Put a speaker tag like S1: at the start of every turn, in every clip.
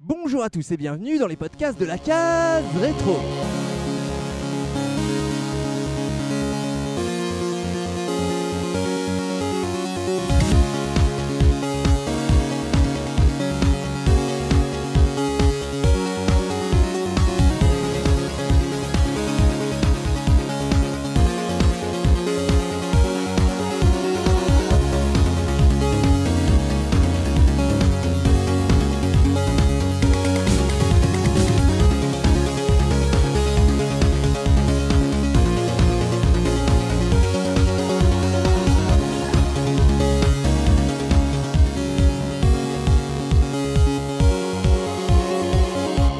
S1: Bonjour à tous et bienvenue dans les podcasts de la case rétro.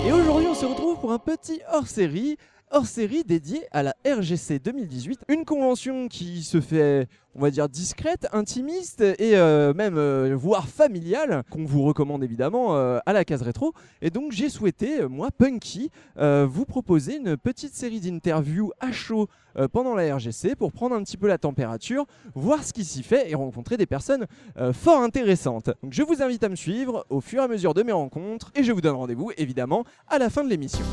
S1: Et aujourd'hui, on se retrouve pour un petit hors-série, hors-série dédié à la RGC 2018, une convention qui se fait, on va dire, discrète, intimiste et euh, même euh, voire familiale, qu'on vous recommande évidemment euh, à la case rétro. Et donc, j'ai souhaité, euh, moi, Punky, euh, vous proposer une petite série d'interviews à chaud euh, pendant la RGC pour prendre un petit peu la température, voir ce qui s'y fait et rencontrer des personnes euh, fort intéressantes. Donc, je vous invite à me suivre au fur et à mesure de mes rencontres et je vous donne rendez-vous évidemment à la fin de l'émission.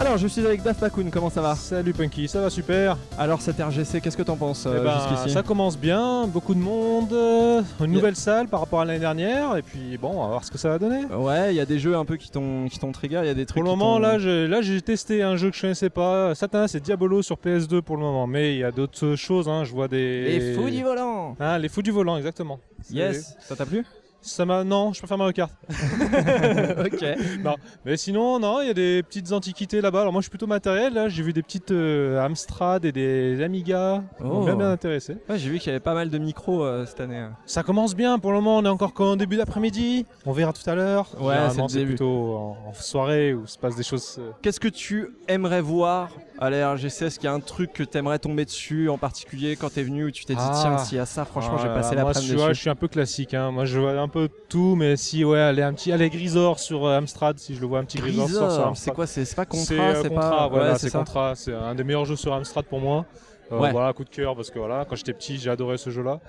S1: Alors, je suis avec Daf Pakun, comment ça va
S2: Salut Punky, ça va super
S1: Alors, cette RGC, qu'est-ce que t'en penses
S3: euh,
S2: Eh ben, Ça commence bien, beaucoup de monde, euh, une nouvelle salle par rapport à l'année dernière, et puis bon, on va voir ce que ça va donner.
S1: Ouais, il y a des jeux un peu qui t'ont qui t'ont trigger, il y a des trucs.
S2: Pour le
S1: qui
S2: moment,
S1: t'ont-
S2: là, j'ai là, j'ai testé un jeu que je connaissais pas. Satan, c'est Diabolo sur PS2 pour le moment, mais il y a d'autres choses. hein, Je vois des
S1: Les fous du volant
S2: Hein, les fous du volant, exactement. C'est-
S1: Yes Ça t'a plu
S2: Ça m'a non, je préfère Mario Kart.
S1: Ok.
S2: Mais sinon, non, il y a des petites antiquités là-bas. Alors moi, je suis plutôt matériel. Là, j'ai vu des petites euh, Amstrad et des Amiga. qui m'ont
S3: Oh.
S2: Bien, bien intéressé.
S3: Ouais, j'ai vu qu'il y avait pas mal de micros euh, cette année. hein.
S2: Ça commence bien, pour le moment on est encore qu'en début d'après-midi, on verra tout à l'heure.
S3: Ouais,
S2: Généralement,
S3: c'est le début.
S2: plutôt en, en soirée où se passe des choses. euh,
S3: Qu'est-ce que tu aimerais voir à la RGC Est-ce qu'il y a un truc que t'aimerais tomber dessus en particulier quand t'es venu où tu t'es dit
S2: Ah.
S3: tiens, s'il y a ça, franchement,
S2: ah
S3: je
S2: là
S3: vais
S2: là,
S3: passer
S2: moi,
S3: l'après-midi
S2: tu vois, je
S3: dessus.
S2: suis un peu classique, hein. moi je vois un peu tout, mais si, ouais, allez, un petit, allez, Grisor sur euh, Amstrad, si je le vois, un petit Grisor, sur, sur
S3: Grisor, c'est
S2: Amstrad.
S3: quoi C'est c'est pas contrat,
S2: C'est euh,
S3: c'est
S2: Contra,
S3: pas.
S2: voilà,
S3: Ouais,
S2: c'est
S3: ça.
S2: Contra, c'est un des meilleurs jeux sur Amstrad pour moi. Euh,
S3: Ouais.
S2: Voilà, coup de cœur, parce que voilà, quand j'étais petit, j'ai adoré ce jeu-là.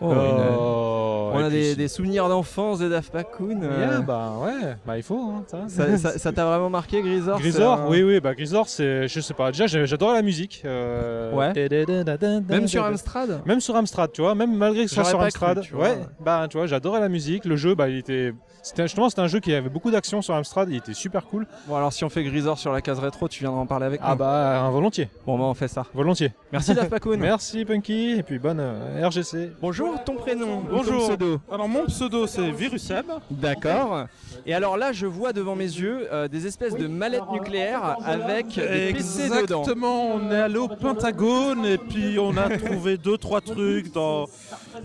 S3: Oh,
S2: Euh,
S3: une-
S2: et
S3: On a
S2: puis,
S3: des,
S2: si-
S3: des souvenirs d'enfance de Daft Pakun. euh,
S2: Yeah, bah ouais, bah il faut, hein, ça.
S3: ça- ça- Ça t'a vraiment marqué, Grisor c'est
S2: Grisor,
S3: un-
S2: oui, oui, bah Grisor, c'est, je sais pas, déjà j'ai- j'adorais la musique. euh,
S3: Ouais.
S2: dadadadada,
S3: Même sur Amstrad
S2: Même sur Amstrad, tu vois, même malgré que ce soit
S3: J'aurais
S2: sur
S3: pas
S2: Amstrad.
S3: cru, tu vois.
S2: ouais, bah tu vois, j'adorais la musique. Le jeu, bah il était. C'était, justement, c'était un jeu qui avait beaucoup d'action sur Amstrad, il était super cool.
S3: Bon, alors si on fait Grisor sur la case rétro, tu viendras en parler avec
S2: Ah
S3: nous.
S2: bah, un volontiers,
S3: Bon, bah on fait ça.
S2: volontiers.
S3: Merci Daft Pakun.
S2: Merci Punky, et puis bonne euh, RGC.
S3: Bonjour, ton prénom ou ton
S4: Bonjour.
S3: pseudo
S4: Alors mon pseudo c'est Virusab.
S3: D'accord. Et alors là, je vois devant mes yeux euh, des espèces de mallettes nucléaires avec des PC dedans.
S4: Exactement, on est allé au Pentagone et puis on a trouvé deux trois trucs dans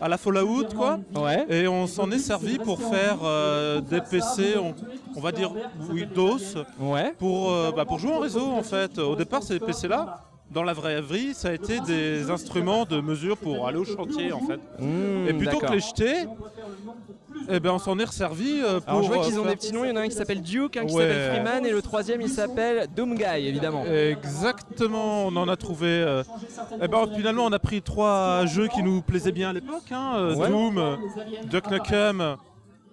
S4: à la Fallout quoi.
S3: Ouais.
S4: Et on s'en est servi pour faire euh, des PC, on, on va dire Windows,
S3: Ouais.
S4: pour, euh, bah, pour jouer en réseau en fait. Au départ ces PC là, dans la vraie vie, ça a été des instruments de mesure pour aller au chantier en fait.
S3: Mmh,
S4: Et plutôt que
S3: d'accord.
S4: les jeter, eh ben on s'en est resservi euh, pour.
S3: Alors je vois
S4: euh,
S3: qu'ils ont
S4: faire-
S3: des petits noms. Il y en a un qui s'appelle Duke, un qui
S4: Ouais.
S3: s'appelle Freeman et le troisième il s'appelle Domguy évidemment.
S4: Exactement, on en a trouvé. euh, eh ben, finalement, on a pris trois jeux qui nous plaisaient bien à l'époque hein, euh,
S3: Ouais.
S4: Doom, euh, Duck Nukem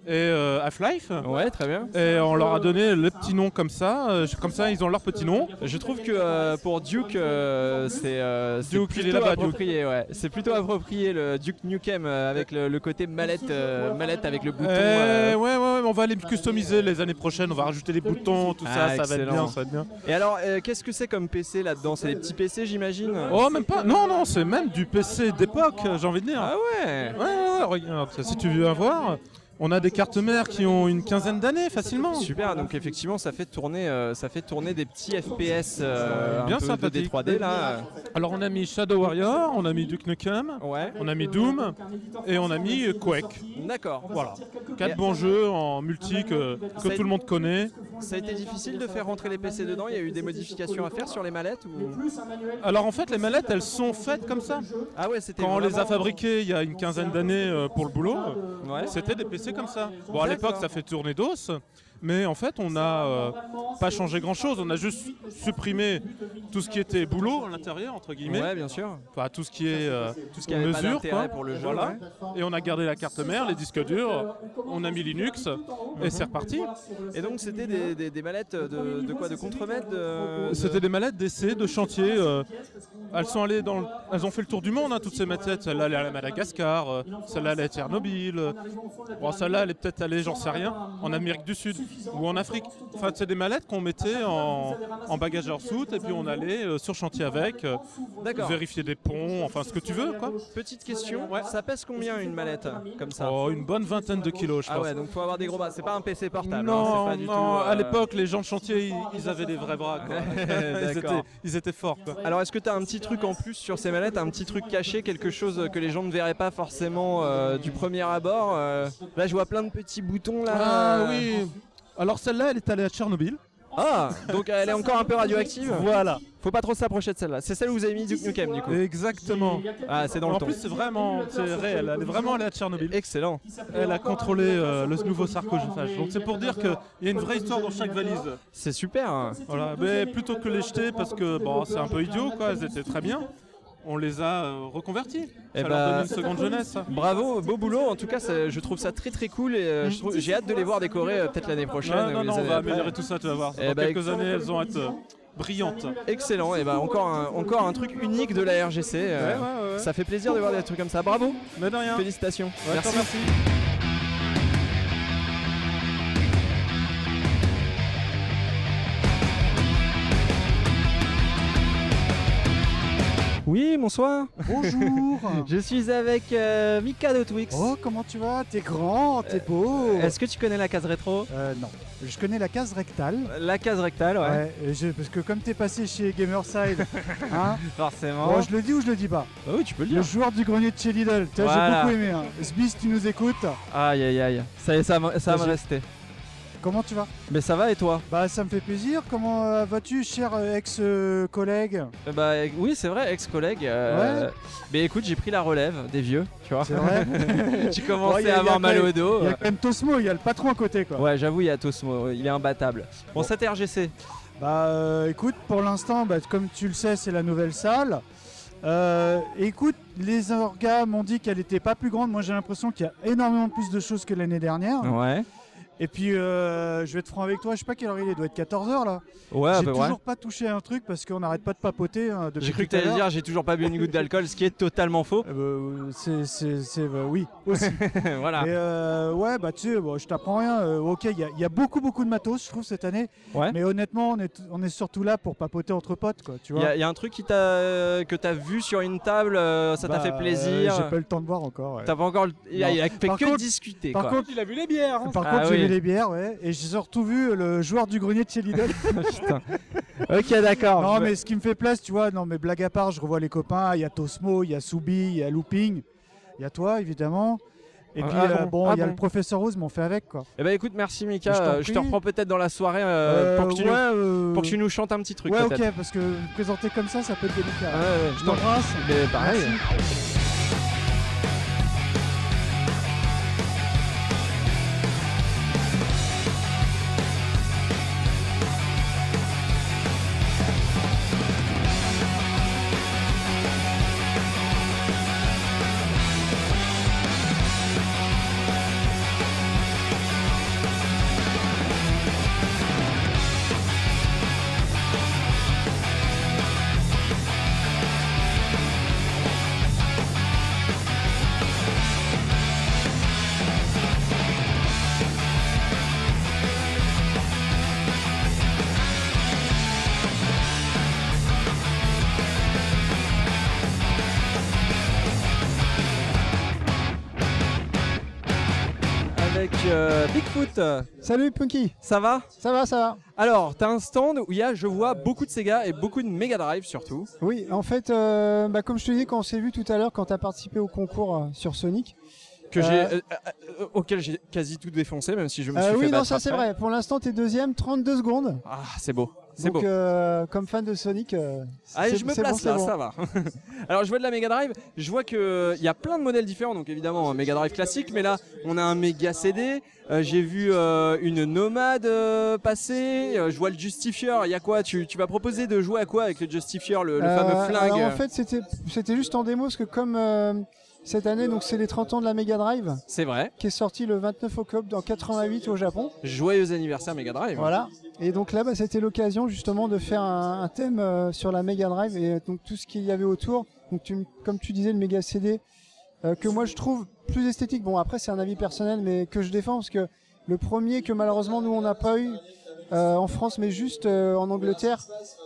S4: et euh, Half-Life.
S3: Ouais, très bien.
S4: Et on leur a donné le petit nom comme ça. euh, comme ça, ils ont leur petit nom.
S3: Je trouve que euh, pour Duke, euh, c'est euh, c'est
S4: Duke, il est
S3: plutôt
S4: là-bas, Duke.
S3: approprié. Ouais. C'est plutôt approprié le Duke Nukem euh, avec le, le côté mallette, euh, mallette avec le bouton.
S4: Eh,
S3: euh,
S4: ouais, ouais, ouais, on va les customiser les années prochaines. On va rajouter les boutons, tout
S3: Ah,
S4: ça. Ça va être
S3: excellent.
S4: bien, ça va être bien.
S3: Et alors, euh, qu'est-ce que c'est comme PC là-dedans C'est des petits PC, j'imagine
S4: Oh, même pas. Non, non, c'est même du PC d'époque, euh, j'ai envie de dire.
S3: Ah ouais
S4: Ouais, ouais, ouais, regarde, si tu veux avoir, on a des cartes mères qui ont une quinzaine d'années facilement.
S3: Super, donc effectivement, ça fait tourner, euh, ça fait tourner des petits FPS euh,
S4: Bien
S3: un peu de
S4: sympathique.
S3: D3D là.
S4: Alors on a mis Shadow Warrior, on a mis Duke Nukem,
S3: Ouais.
S4: on a mis Doom et on a mis euh, Quake.
S3: D'accord.
S4: Voilà, quatre bons jeux en multi euh, que, que
S3: C'est-
S4: tout le monde connaît.
S1: Ça a été difficile de faire rentrer les PC dedans. Il y a eu des modifications à faire sur les mallettes ou...
S4: Alors en fait, les mallettes, elles sont faites comme ça.
S1: Ah ouais, c'était.
S4: Quand on les a
S1: vraiment-
S4: fabriquées il y a une quinzaine d'années euh, pour le boulot, euh,
S1: Ouais.
S4: c'était des PC comme ça. Bon, à
S1: D'accord.
S4: l'époque, ça fait tourner DOS, mais en fait, on n'a euh, pas changé grand-chose. On a juste supprimé tout ce qui était boulot à l'intérieur, entre guillemets.
S1: Ouais, bien sûr.
S4: Enfin, tout ce qui est euh,
S1: Tout ce qui avait pas
S4: mesure,
S1: d'intérêt
S4: quoi.
S1: pour le jeu.
S4: Voilà.
S1: ouais.
S4: Et on a gardé la carte mère, les disques durs, on a mis Linux, et c'est reparti.
S1: Et donc c'était des, des- des mallettes de, de quoi De contremaître de- de-
S4: Euh, C'était des mallettes d'essai, de chantier. euh, elles sont allées dans, le- elles ont fait le tour du monde, hein, toutes ces mallettes. Celle-là, elle est allée à Madagascar. euh, Celle-là, elle est à Tchernobyl. euh, Bon, celle-là, elle est peut-être allée, j'en sais rien, en Amérique du Sud ou en Afrique. Enfin, c'est des mallettes qu'on mettait en, en bagage hors soute et puis on allait euh, sur chantier avec, euh,
S1: D'accord.
S4: vérifier des ponts, enfin ce que tu veux, quoi.
S1: Petite question, ça pèse combien une mallette comme ça
S4: Oh, une bonne vingtaine de kilos, je
S1: Ah
S4: pense.
S1: ouais, donc faut avoir des gros bras. C'est pas un PC portable. hein, c'est
S4: Non,
S1: pas du
S4: non,
S1: tout, euh,
S4: à l'époque, les gens de chantier, ils, ils avaient des vrais bras. quoi. ils,
S1: D'accord.
S4: étaient, ils étaient forts. quoi.
S1: Alors est-ce que t'as un petit truc en plus sur ces mallettes, un petit truc caché, quelque chose que les gens ne verraient pas forcément euh, du premier abord euh, Là je vois plein de petits boutons là.
S4: Ah oui. Alors celle-là, elle est allée à Tchernobyl.
S1: Ah donc elle est encore un peu radioactive.
S4: Voilà.
S1: Faut pas trop s'approcher de celle-là. C'est celle où vous avez mis Duke Nukem du coup.
S4: Exactement.
S1: Ah c'est dans le
S4: en
S1: ton.
S4: plus, c'est vraiment c'est réel. Elle est vraiment allée à Tchernobyl.
S1: Excellent.
S4: Elle a contrôlé euh, le nouveau sarcophage. Donc c'est pour dire qu'il y a une vraie histoire dans chaque valise.
S1: C'est super. hein.
S4: Voilà. Ah, Mais plutôt que les jeter parce que bon, c'est un peu idiot, quoi. Elles étaient très bien. On les a euh, reconverties.
S1: Eh
S4: Ça
S1: bah,
S4: leur donne une seconde jeunesse. hein. ça.
S1: Bravo, beau boulot. En tout cas, ça- je trouve ça très très cool et euh, je trouve- j'ai hâte de les voir décorer euh, peut-être l'année prochaine.
S4: Non,
S1: ou
S4: non,
S1: les
S4: non, on
S1: années
S4: va
S1: après.
S4: améliorer tout ça, tu vas voir.
S1: Eh
S4: Dans
S1: bah,
S4: quelques années, elles vont être euh, brillantes.
S1: Excellent. Et bah encore un, encore un truc unique de la RGC. euh,
S4: Ouais, ouais, ouais.
S1: Ça fait plaisir de voir des trucs comme ça. Bravo.
S4: Mais de rien.
S1: Félicitations.
S4: Ouais, je te
S1: Merci.
S4: remercie.
S1: Oui, bonsoir.
S5: Bonjour
S1: Je suis avec euh, Mika de Twix. Euh,
S5: Oh, comment tu vas T'es grand, t'es beau
S1: Est-ce que tu connais la case rétro
S5: Euh, Non, je connais la case rectale.
S1: La case rectale, ouais.
S5: Ouais, et je- parce que comme t'es passé chez Gamerside, hein,
S1: Forcément.
S5: bon, je le dis ou je le dis pas
S1: Bah oui, tu peux le
S5: Le joueur du grenier de chez Lidl, t'as
S1: Voilà.
S5: j'ai beaucoup aimé. Hein. Sbi, si tu nous écoutes,
S1: Aïe aïe aïe. Ça y est, ça va ça va
S5: Vas-y.
S1: me rester.
S5: comment tu vas
S1: Mais ça va et toi
S5: Bah, ça me fait plaisir. Comment euh, vas-tu, cher euh, ex-collègue
S1: Euh, Bah euh, oui, c'est vrai, ex-collègue. euh, Mais écoute, j'ai pris la relève des vieux, tu vois.
S5: C'est vrai
S1: J'ai commencé
S5: Ouais, y a- y
S1: à
S5: a
S1: avoir
S5: quand
S1: mal
S5: même-
S1: au dos.
S5: Il y a quand même Tosmo, il y a le patron à côté, quoi.
S1: Ouais, j'avoue, il y a Tosmo, il est imbattable. Bon, ça t'est RGC.
S5: Bah euh, écoute, pour l'instant, bah, comme tu le sais, c'est la nouvelle salle. Euh, écoute, les orgas m'ont dit qu'elle n'était pas plus grande. Moi, j'ai l'impression qu'il y a énormément plus de choses que l'année dernière.
S1: Ouais.
S5: Et puis, euh, je vais être franc avec toi, je sais pas quelle heure il est, il doit être 14h là.
S1: Ouais, à
S5: j'ai
S1: peu près.
S5: toujours pas touché à un truc parce qu'on n'arrête pas de papoter. hein, depuis
S1: J'ai cru que
S5: tout à
S1: t'allais
S5: l'heure.
S1: dire j'ai toujours pas bu une goutte d'alcool, ce qui est totalement faux.
S5: Eh ben, euh, c'est, c'est, c'est- euh, oui, aussi.
S1: voilà.
S5: Mais euh, ouais, bah tu sais, bon, je t'apprends rien. Euh, ok, il y, a- il y a beaucoup, beaucoup de matos, je trouve, cette année.
S1: Ouais.
S5: Mais honnêtement, on est, on est surtout là pour papoter entre potes, quoi. Tu
S1: Il
S5: vois.
S1: y, a- y a un truc qui t'a, euh, que t'as vu sur une table, euh, ça t'a
S5: Bah,
S1: fait
S5: euh,
S1: plaisir.
S5: J'ai pas eu le temps de voir encore. ouais.
S1: T'as pas encore. le- Il a,
S5: Non.
S1: il a fait
S5: Par
S1: que
S5: contre-
S1: discuter.
S5: Par
S1: quoi.
S5: contre,
S6: Il a vu les bières.
S5: hein. par
S1: Ah
S5: contre, j'ai
S1: oui.
S5: vu les bières, ouais, et j'ai surtout vu le joueur du grenier de chez Lidl.
S1: Ah, ok, d'accord.
S5: non, mais ce qui me fait place, tu vois, non, mais blague à part, je revois les copains. Il y a Tosmo, il y a Soubi, il y a Looping, il y a toi, évidemment. Et
S1: Ah,
S5: puis,
S1: ah
S5: euh,
S1: bon,
S5: bon, il
S1: ah
S5: y a
S1: bon.
S5: le professeur Rose, mais on fait avec, quoi.
S1: Eh ben écoute, merci Mika.
S5: Je t'en
S1: euh, Je, te
S5: prie.
S1: reprends peut-être dans la soirée euh, pour, que tu
S5: ouais,
S1: nous,
S5: euh,
S1: pour que tu nous chantes un petit truc.
S5: ouais,
S1: peut-être.
S5: ok, parce que me présenter comme ça, ça peut être
S1: Ouais,
S5: délicat.
S1: ouais,
S5: Je
S1: je t'en
S5: t'embrasse.
S1: Mais pareil. Avec euh, Bigfoot, euh,
S7: Salut Punky,
S1: ça va
S7: ça va, ça va
S1: Alors, t'as un stand où il y a, je vois, beaucoup de Sega et beaucoup de Mega Drive surtout.
S7: Oui, en fait, euh, bah, comme je te dis, quand on s'est vu tout à l'heure, quand tu as participé au concours euh, sur Sonic,
S1: que j'ai,
S7: Euh,
S1: euh, euh, euh, auquel j'ai quasi tout défoncé, même si je me suis
S7: Euh,
S1: fait
S7: oui, non,
S1: battre
S7: ça c'est
S1: après.
S7: vrai. Pour l'instant, t'es deuxième, 32 secondes.
S1: Ah, c'est beau, c'est
S7: Donc,
S1: beau.
S7: euh, comme fan de Sonic, euh, c'est
S1: Allez, je me
S7: c'est bon,
S1: place
S7: c'est
S1: là,
S7: bon.
S1: ça va. Alors, je vois de la Mega Drive. Je vois que il y a plein de modèles différents. Donc, évidemment, un Mega Drive classique, mais là, on a un Mega CD. Euh, J'ai vu euh, une Nomade euh, passer. Euh, je vois le Justifier. Il y a quoi tu, tu vas proposer de jouer à quoi avec le Justifier, le, le
S7: Euh,
S1: fameux flingue
S7: alors, en fait, c'était c'était juste en démo parce que comme euh, cette année, donc c'est les 30 ans de la Mega Drive
S1: C'est vrai.
S7: qui est sortie le 29 octobre dans 88 au Japon.
S1: Joyeux anniversaire Mega Drive.
S7: Voilà. Et donc là, bah, c'était l'occasion justement de faire un, un thème euh, sur la Mega Drive et euh, donc tout ce qu'il y avait autour. Donc tu, m- comme tu disais, le Mega CD euh, que moi je trouve plus esthétique. Bon, après c'est un avis personnel, mais que je défends parce que le premier que malheureusement nous on n'a pas eu euh, en France, mais juste euh, en Angleterre,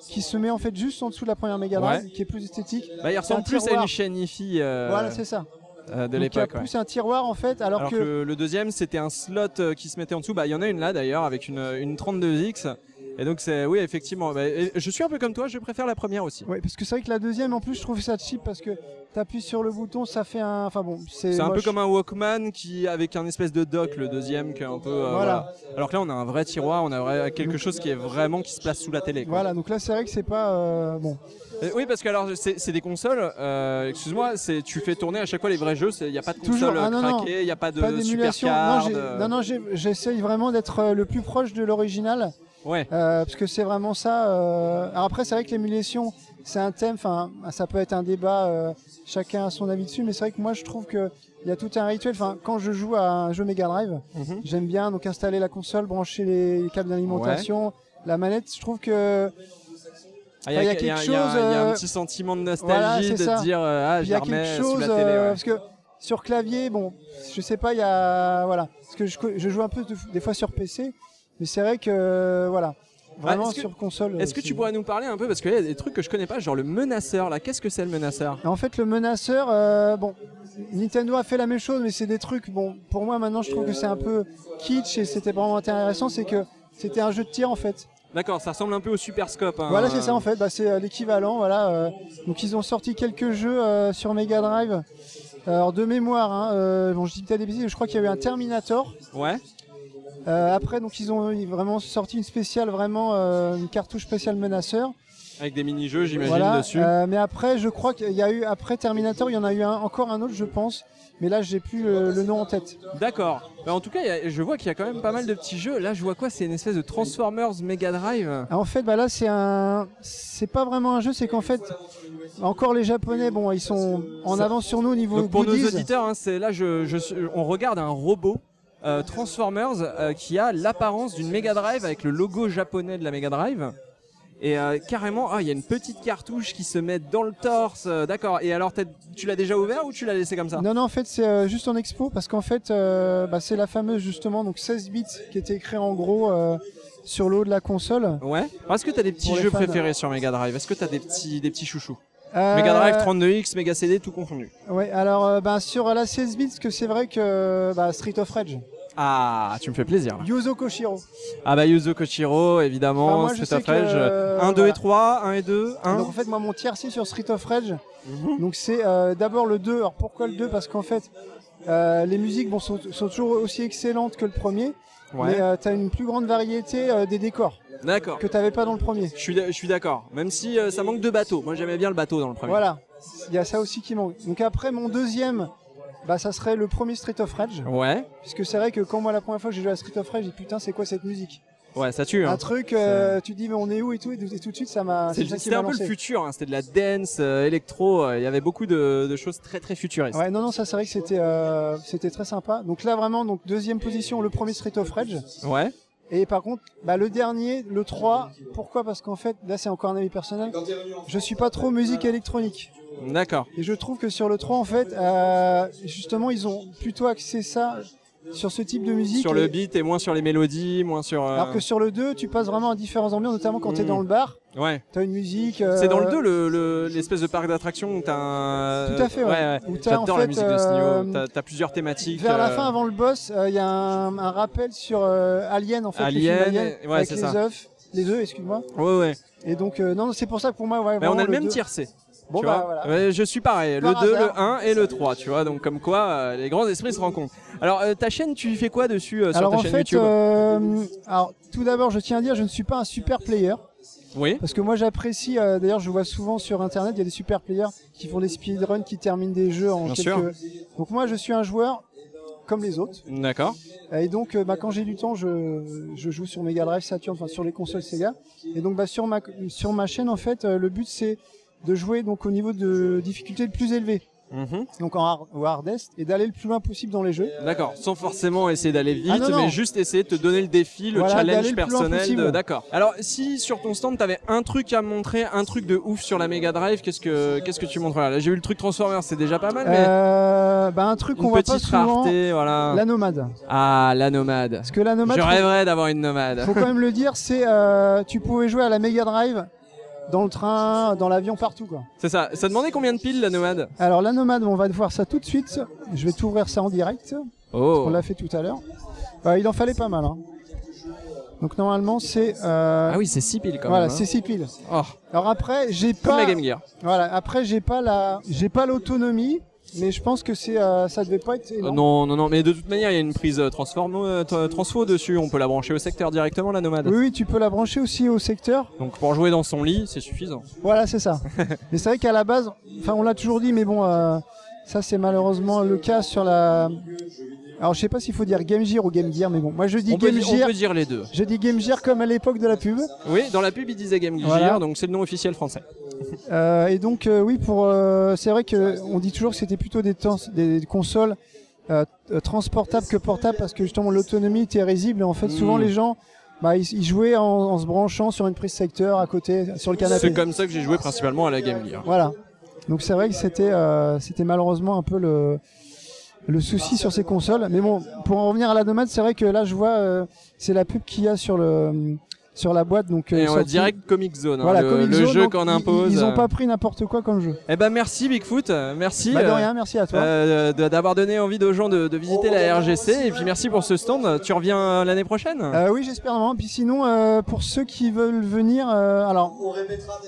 S7: qui se met en fait juste en dessous de la première Mega Drive, qui est plus esthétique.
S1: Bah, il ressemble
S7: un
S1: plus à
S7: tiroir.
S1: une chaîne IFI euh,
S7: voilà, c'est ça.
S1: euh, de
S7: Donc, il y a
S1: l'époque. ouais.
S7: plus un tiroir en fait, alors,
S1: Alors, que,
S7: que,
S1: le, le deuxième, c'était un slot euh, qui se mettait en dessous. Bah, il y en a une là d'ailleurs avec une, euh, une 32X. Et donc, c'est oui, effectivement. Bah, et je suis un peu comme toi, je préfère la première aussi.
S7: Ouais, parce que c'est vrai que la deuxième, en plus, je trouve ça cheap parce que t'appuies sur le bouton, ça fait un. Enfin bon, c'est.
S1: C'est un peu
S7: moche.
S1: comme un Walkman qui avec un espèce de dock, le deuxième, qui est un peu. euh,
S7: Voilà.
S1: voilà. Alors que là, on a un vrai tiroir, on a vrai- quelque chose qui est vraiment qui se place sous la télé. quoi.
S7: Voilà, donc là, c'est vrai que c'est pas. euh, bon.
S1: Et oui, parce que alors, c'est c'est des consoles. euh, Excuse-moi, c'est- tu fais tourner à chaque fois les vrais jeux. c'est- Il n'y a pas de
S7: Toujours.
S1: console
S7: Ah, non, non.
S1: craquée, il n'y a pas de
S7: pas
S1: super
S7: d'émulation. Non,
S1: card.
S7: j'ai-
S1: euh,
S7: non, non, j'ai- j'essaye vraiment d'être euh, le plus proche de l'original
S1: Ouais.
S7: euh, parce que c'est vraiment ça. euh, Alors après, c'est vrai que l'émulation, c'est un thème, enfin, ça peut être un débat, euh, chacun a son avis dessus, mais c'est vrai que moi, je trouve que. Il y a tout un rituel. Enfin, quand je joue à un jeu Mega Drive,
S1: Mhm.
S7: j'aime bien donc installer la console, brancher les câbles d'alimentation, la manette. Je trouve que
S1: Ah,
S7: il y a
S1: que-
S7: quelque
S1: il y a- il y a un
S7: chose, euh,
S1: petit sentiment de
S7: voilà,
S1: nostalgie
S7: c'est
S1: de
S7: ça.
S1: dire euh, ah,
S7: Puis
S1: je
S7: il y
S1: la
S7: a quelque
S1: remets sous
S7: chose
S1: la télé.
S7: euh,
S1: ouais.
S7: parce que sur clavier bon je sais pas il y a voilà parce que je, co- je joue un peu de- des fois sur PC mais c'est vrai que euh, voilà vraiment
S1: Ah, est-ce que-
S7: sur console
S1: Est-ce
S7: euh,
S1: que tu
S7: c'est-
S1: pourrais nous parler un peu parce qu'il y a des trucs que je connais pas, genre le menaceur là. Qu'est-ce que c'est le menaceur
S7: en fait le menaceur euh, bon Nintendo a fait la même chose mais c'est des trucs bon pour moi maintenant je trouve que c'est un peu kitsch et c'était vraiment intéressant c'est que c'était un jeu de tir en fait
S1: D'accord, ça ressemble un peu au Super Scope. hein.
S7: Voilà, c'est ça en fait. Bah, c'est euh, l'équivalent. Voilà. euh. donc ils ont sorti quelques jeux euh, sur Mega Drive. Alors de mémoire, hein, euh, bon, je dis peut-être des bêtises, mais je crois qu'il y a eu un Terminator.
S1: Ouais.
S7: Euh, après, donc ils ont vraiment sorti une spéciale, vraiment euh, une cartouche spéciale menaceur.
S1: Avec des mini-jeux, j'imagine,
S7: Voilà.
S1: dessus.
S7: Euh, mais après, je crois qu'il y a eu après Terminator, il y en a eu un, encore un autre, je pense. Mais là, j'ai plus euh, le nom en tête.
S1: D'accord. Bah, en tout cas, il y a- je vois qu'il y a quand même pas mal de petits jeux. Là, je vois quoi C'est une espèce de Transformers Mega Drive.
S7: Ah, En fait, bah là, c'est un, c'est pas vraiment un jeu, c'est qu'en fait, encore les Japonais, bon, ils sont en
S1: Ça-
S7: avance sur nous au niveau
S1: Donc pour nos
S7: goodies.
S1: auditeurs, hein, c'est là, je, je suis- on regarde un robot. euh, Transformers euh, qui a l'apparence d'une Mega Drive avec le logo japonais de la Mega Drive et euh, carrément ah il y a une petite cartouche qui se met dans le torse euh, d'accord et alors t'as- tu l'as déjà ouvert ou tu l'as laissé comme ça
S7: Non, non, en fait, c'est euh, juste en expo parce qu'en fait, euh, bah, c'est la fameuse justement donc 16 bits qui était écrit en gros euh, sur le haut de la console.
S1: Ouais. Alors, Est-ce que t'as des petits
S7: Pour les
S1: jeux
S7: fans.
S1: préférés sur Mega Drive Est-ce que t'as des petits, des petits chouchous
S7: Euh,
S1: Mega Drive, 32X, Mega CD, tout confondu.
S7: Ouais, alors euh, bah, sur la 16 bits, que c'est vrai que euh, bah, Street of Rage,
S1: Ah, tu me fais plaisir. là.
S7: Yuzo Koshiro.
S1: Ah bah Yuzo Koshiro,
S7: Enfin,
S1: évidemment,
S7: moi, je
S1: Street of
S7: sais que,
S1: Rage.
S7: euh,
S1: 1, 2
S7: voilà.
S1: et 3, 1 et Mhm. 2, 1.
S7: Donc en fait, moi, mon tiercé sur Street of Rage, donc c'est euh, d'abord le 2. Alors pourquoi le 2 Parce qu'en fait, euh, les musiques bon, sont, sont toujours aussi excellentes que le premier, mais
S1: ouais.
S7: euh, t'as une plus grande variété euh, des décors
S1: D'accord.
S7: que t'avais pas dans le premier.
S1: Je suis d'a- je suis d'accord. Même si euh, ça manque de bateau. Moi j'aimais bien le bateau dans le premier.
S7: Voilà, il y a ça aussi qui manque. Donc après, mon deuxième, bah, ça serait le premier Street of Rage,
S1: Ouais.
S7: puisque c'est vrai que quand moi la première fois que j'ai joué à Street of Rage, j'ai dit putain c'est quoi cette musique
S1: Ouais, ça tue. hein.
S7: Un truc, euh, tu te dis mais on est où et tout, et tout- et tout de suite ça m'a...
S1: C'est-
S7: ça qui
S1: C'était
S7: m'a
S1: un peu le
S7: lancé.
S1: futur. hein. C'était de la dance, euh, électro. euh, Il y avait beaucoup de, de choses très très futuristes.
S7: Ouais, non, non, ça c'est vrai que c'était euh, c'était très sympa. Donc là vraiment, donc deuxième position, le premier Street of Rage.
S1: Ouais.
S7: Et par contre, bah, le dernier, le 3, pourquoi Parce qu'en fait, là c'est encore un avis personnel, je suis pas trop musique électronique.
S1: D'accord.
S7: Et je trouve que sur le 3, en fait, euh, justement, ils ont plutôt axé ça sur ce type de musique.
S1: Sur le
S7: Et-
S1: beat et moins sur les mélodies, moins sur. euh,
S7: Alors que sur le 2, tu passes vraiment à différents ambiances, notamment quand t'es
S1: Mm.
S7: dans le bar,
S1: Ouais.
S7: t'as une musique.
S1: C'est dans le
S7: euh,
S1: 2 le- le- l'espèce de parc d'attractions où t'as un.
S7: Tout à fait, ouais. Où t'as,
S1: J'adore
S7: en
S1: la
S7: fait,
S1: musique de ce
S7: euh,
S1: niveau. T'as- T'as plusieurs thématiques.
S7: Vers la
S1: euh,
S7: fin, avant le boss, il y a un, un rappel sur euh, Alien, en fait. le
S1: Alien,
S7: film
S1: et- ouais,
S7: avec
S1: c'est
S7: les
S1: ça.
S7: œufs. Les œufs, excuse-moi.
S1: Ouais, ouais.
S7: Et donc, euh, non, c'est pour ça que pour moi, ouais,
S1: Mais on
S7: vraiment,
S1: a le même
S7: deux-
S1: tiercé.
S7: Bon,
S3: tu
S7: bah
S3: vois.
S7: voilà.
S3: Ouais, je suis pareil, le
S7: Par
S3: 2,
S7: hasard.
S3: le 1 et le 3, tu vois. Donc comme quoi, euh, les grands esprits se rencontrent. Alors euh, ta chaîne, tu fais quoi dessus euh, sur
S7: Alors
S3: ta
S7: en
S3: chaîne
S7: fait,
S3: YouTube
S7: euh, alors tout d'abord, je tiens à dire, je ne suis pas un super player.
S3: Oui.
S7: Parce que moi j'apprécie, euh, d'ailleurs je vois souvent sur internet, il y a des super players qui font des speedruns, qui terminent des jeux en
S3: Bien
S7: quelques... Donc moi je suis un joueur comme les autres.
S3: D'accord.
S7: Euh, Et donc euh, bah, quand j'ai du temps, je, je joue sur Mega Drive, Saturn, enfin sur les consoles Sega. Et donc bah, sur, ma, sur ma chaîne en fait, euh, le but c'est de jouer donc au niveau de difficulté le plus élevé,
S3: Mhm.
S7: donc en hard, au hardest, et d'aller le plus loin possible dans les jeux.
S3: D'accord, sans forcément essayer d'aller vite,
S7: Ah, non, non.
S3: mais juste essayer de te donner le défi, le
S7: Voilà, d'aller
S3: challenge
S7: le plus loin
S3: personnel.
S7: possible.
S3: de- D'accord. Alors, si sur ton stand, t'avais un truc à me montrer, un truc de ouf sur la Mega Drive, qu'est-ce que qu'est-ce que tu montrerais Là, j'ai vu le truc Transformers, c'est déjà pas mal, mais
S7: Euh, bah, un truc qu'on
S3: une
S7: voit pas
S3: petite
S7: souvent,
S3: rareté, voilà.
S7: la nomade.
S3: Ah, la nomade.
S7: Parce que la nomade,
S3: Je
S7: faut-
S3: rêverais d'avoir une nomade.
S7: faut quand même le dire, c'est euh, tu pouvais jouer à la Mega Drive dans le train, dans l'avion, partout quoi.
S3: C'est ça. Ça demandait combien de piles la nomade
S7: Alors la nomade, on va voir ça tout de suite. Je vais t'ouvrir ça en direct. On
S3: Oh.
S7: l'a fait tout à l'heure. Bah, il en fallait pas mal. hein. Donc normalement c'est euh,
S3: Ah oui, c'est 6 piles quand
S7: voilà,
S3: même. hein.
S7: c'est six piles.
S3: Oh,
S7: Alors après, j'ai
S3: comme
S7: pas
S3: la Game Gear.
S7: voilà, après j'ai pas la j'ai pas l'autonomie, mais je pense que c'est euh, ça devait pas être
S3: Euh,
S7: énorme.
S3: non, non, non. Mais de toute manière, il y a une prise euh, transformo, euh, t- transfo dessus. On peut la brancher au secteur directement la nomade.
S7: Oui, oui, tu peux la brancher aussi au secteur.
S3: Donc pour jouer dans son lit, c'est suffisant.
S7: Voilà, c'est ça. mais c'est vrai qu'à la base, enfin, on l'a toujours dit, mais bon, euh, ça c'est malheureusement le cas sur la. Alors, je sais pas s'il faut dire Game Gear ou Game Gear, mais bon, moi je dis
S3: On peut,
S7: Game
S3: di- on
S7: Gear.
S3: peut dire les deux.
S7: Je dis Game Gear comme à l'époque de la pub.
S3: Oui, dans la pub, il disait Game Gear,
S7: Voilà.
S3: donc c'est le nom officiel français.
S7: Euh, et donc, euh, oui, pour, euh, c'est vrai que on dit toujours que c'était plutôt des, temps- des consoles euh, euh, transportables que portables parce que justement l'autonomie était risible. Et en fait, souvent
S3: Mm.
S7: les gens, bah, ils, ils jouaient en, en se branchant sur une prise secteur à côté, sur le canapé.
S3: C'est comme ça que j'ai joué principalement à la Game Gear.
S7: Voilà. Donc c'est vrai que c'était euh, c'était malheureusement un peu le le souci sur ces consoles. Mais bon, pour en revenir à la nomade, c'est vrai que là je vois euh, c'est la pub qu'il y a sur le sur la boîte donc euh,
S3: Et on va
S7: sortie.
S3: direct Comic Zone, hein,
S7: Voilà,
S3: le,
S7: Comic
S3: le
S7: Zone,
S3: jeu
S7: donc,
S3: qu'on
S7: ils-
S3: impose. euh.
S7: Ils, ont pas pris n'importe quoi comme jeu.
S3: Eh ben merci Bigfoot, euh, merci
S7: Bah, de
S3: euh,
S7: rien, merci à toi.
S3: euh, de- d'avoir donné envie aux gens de, de visiter la RGC et puis merci pour ce stand. Tu reviens euh, l'année prochaine
S7: Euh, oui, j'espère vraiment. Puis sinon, euh, pour ceux qui veulent venir, euh, alors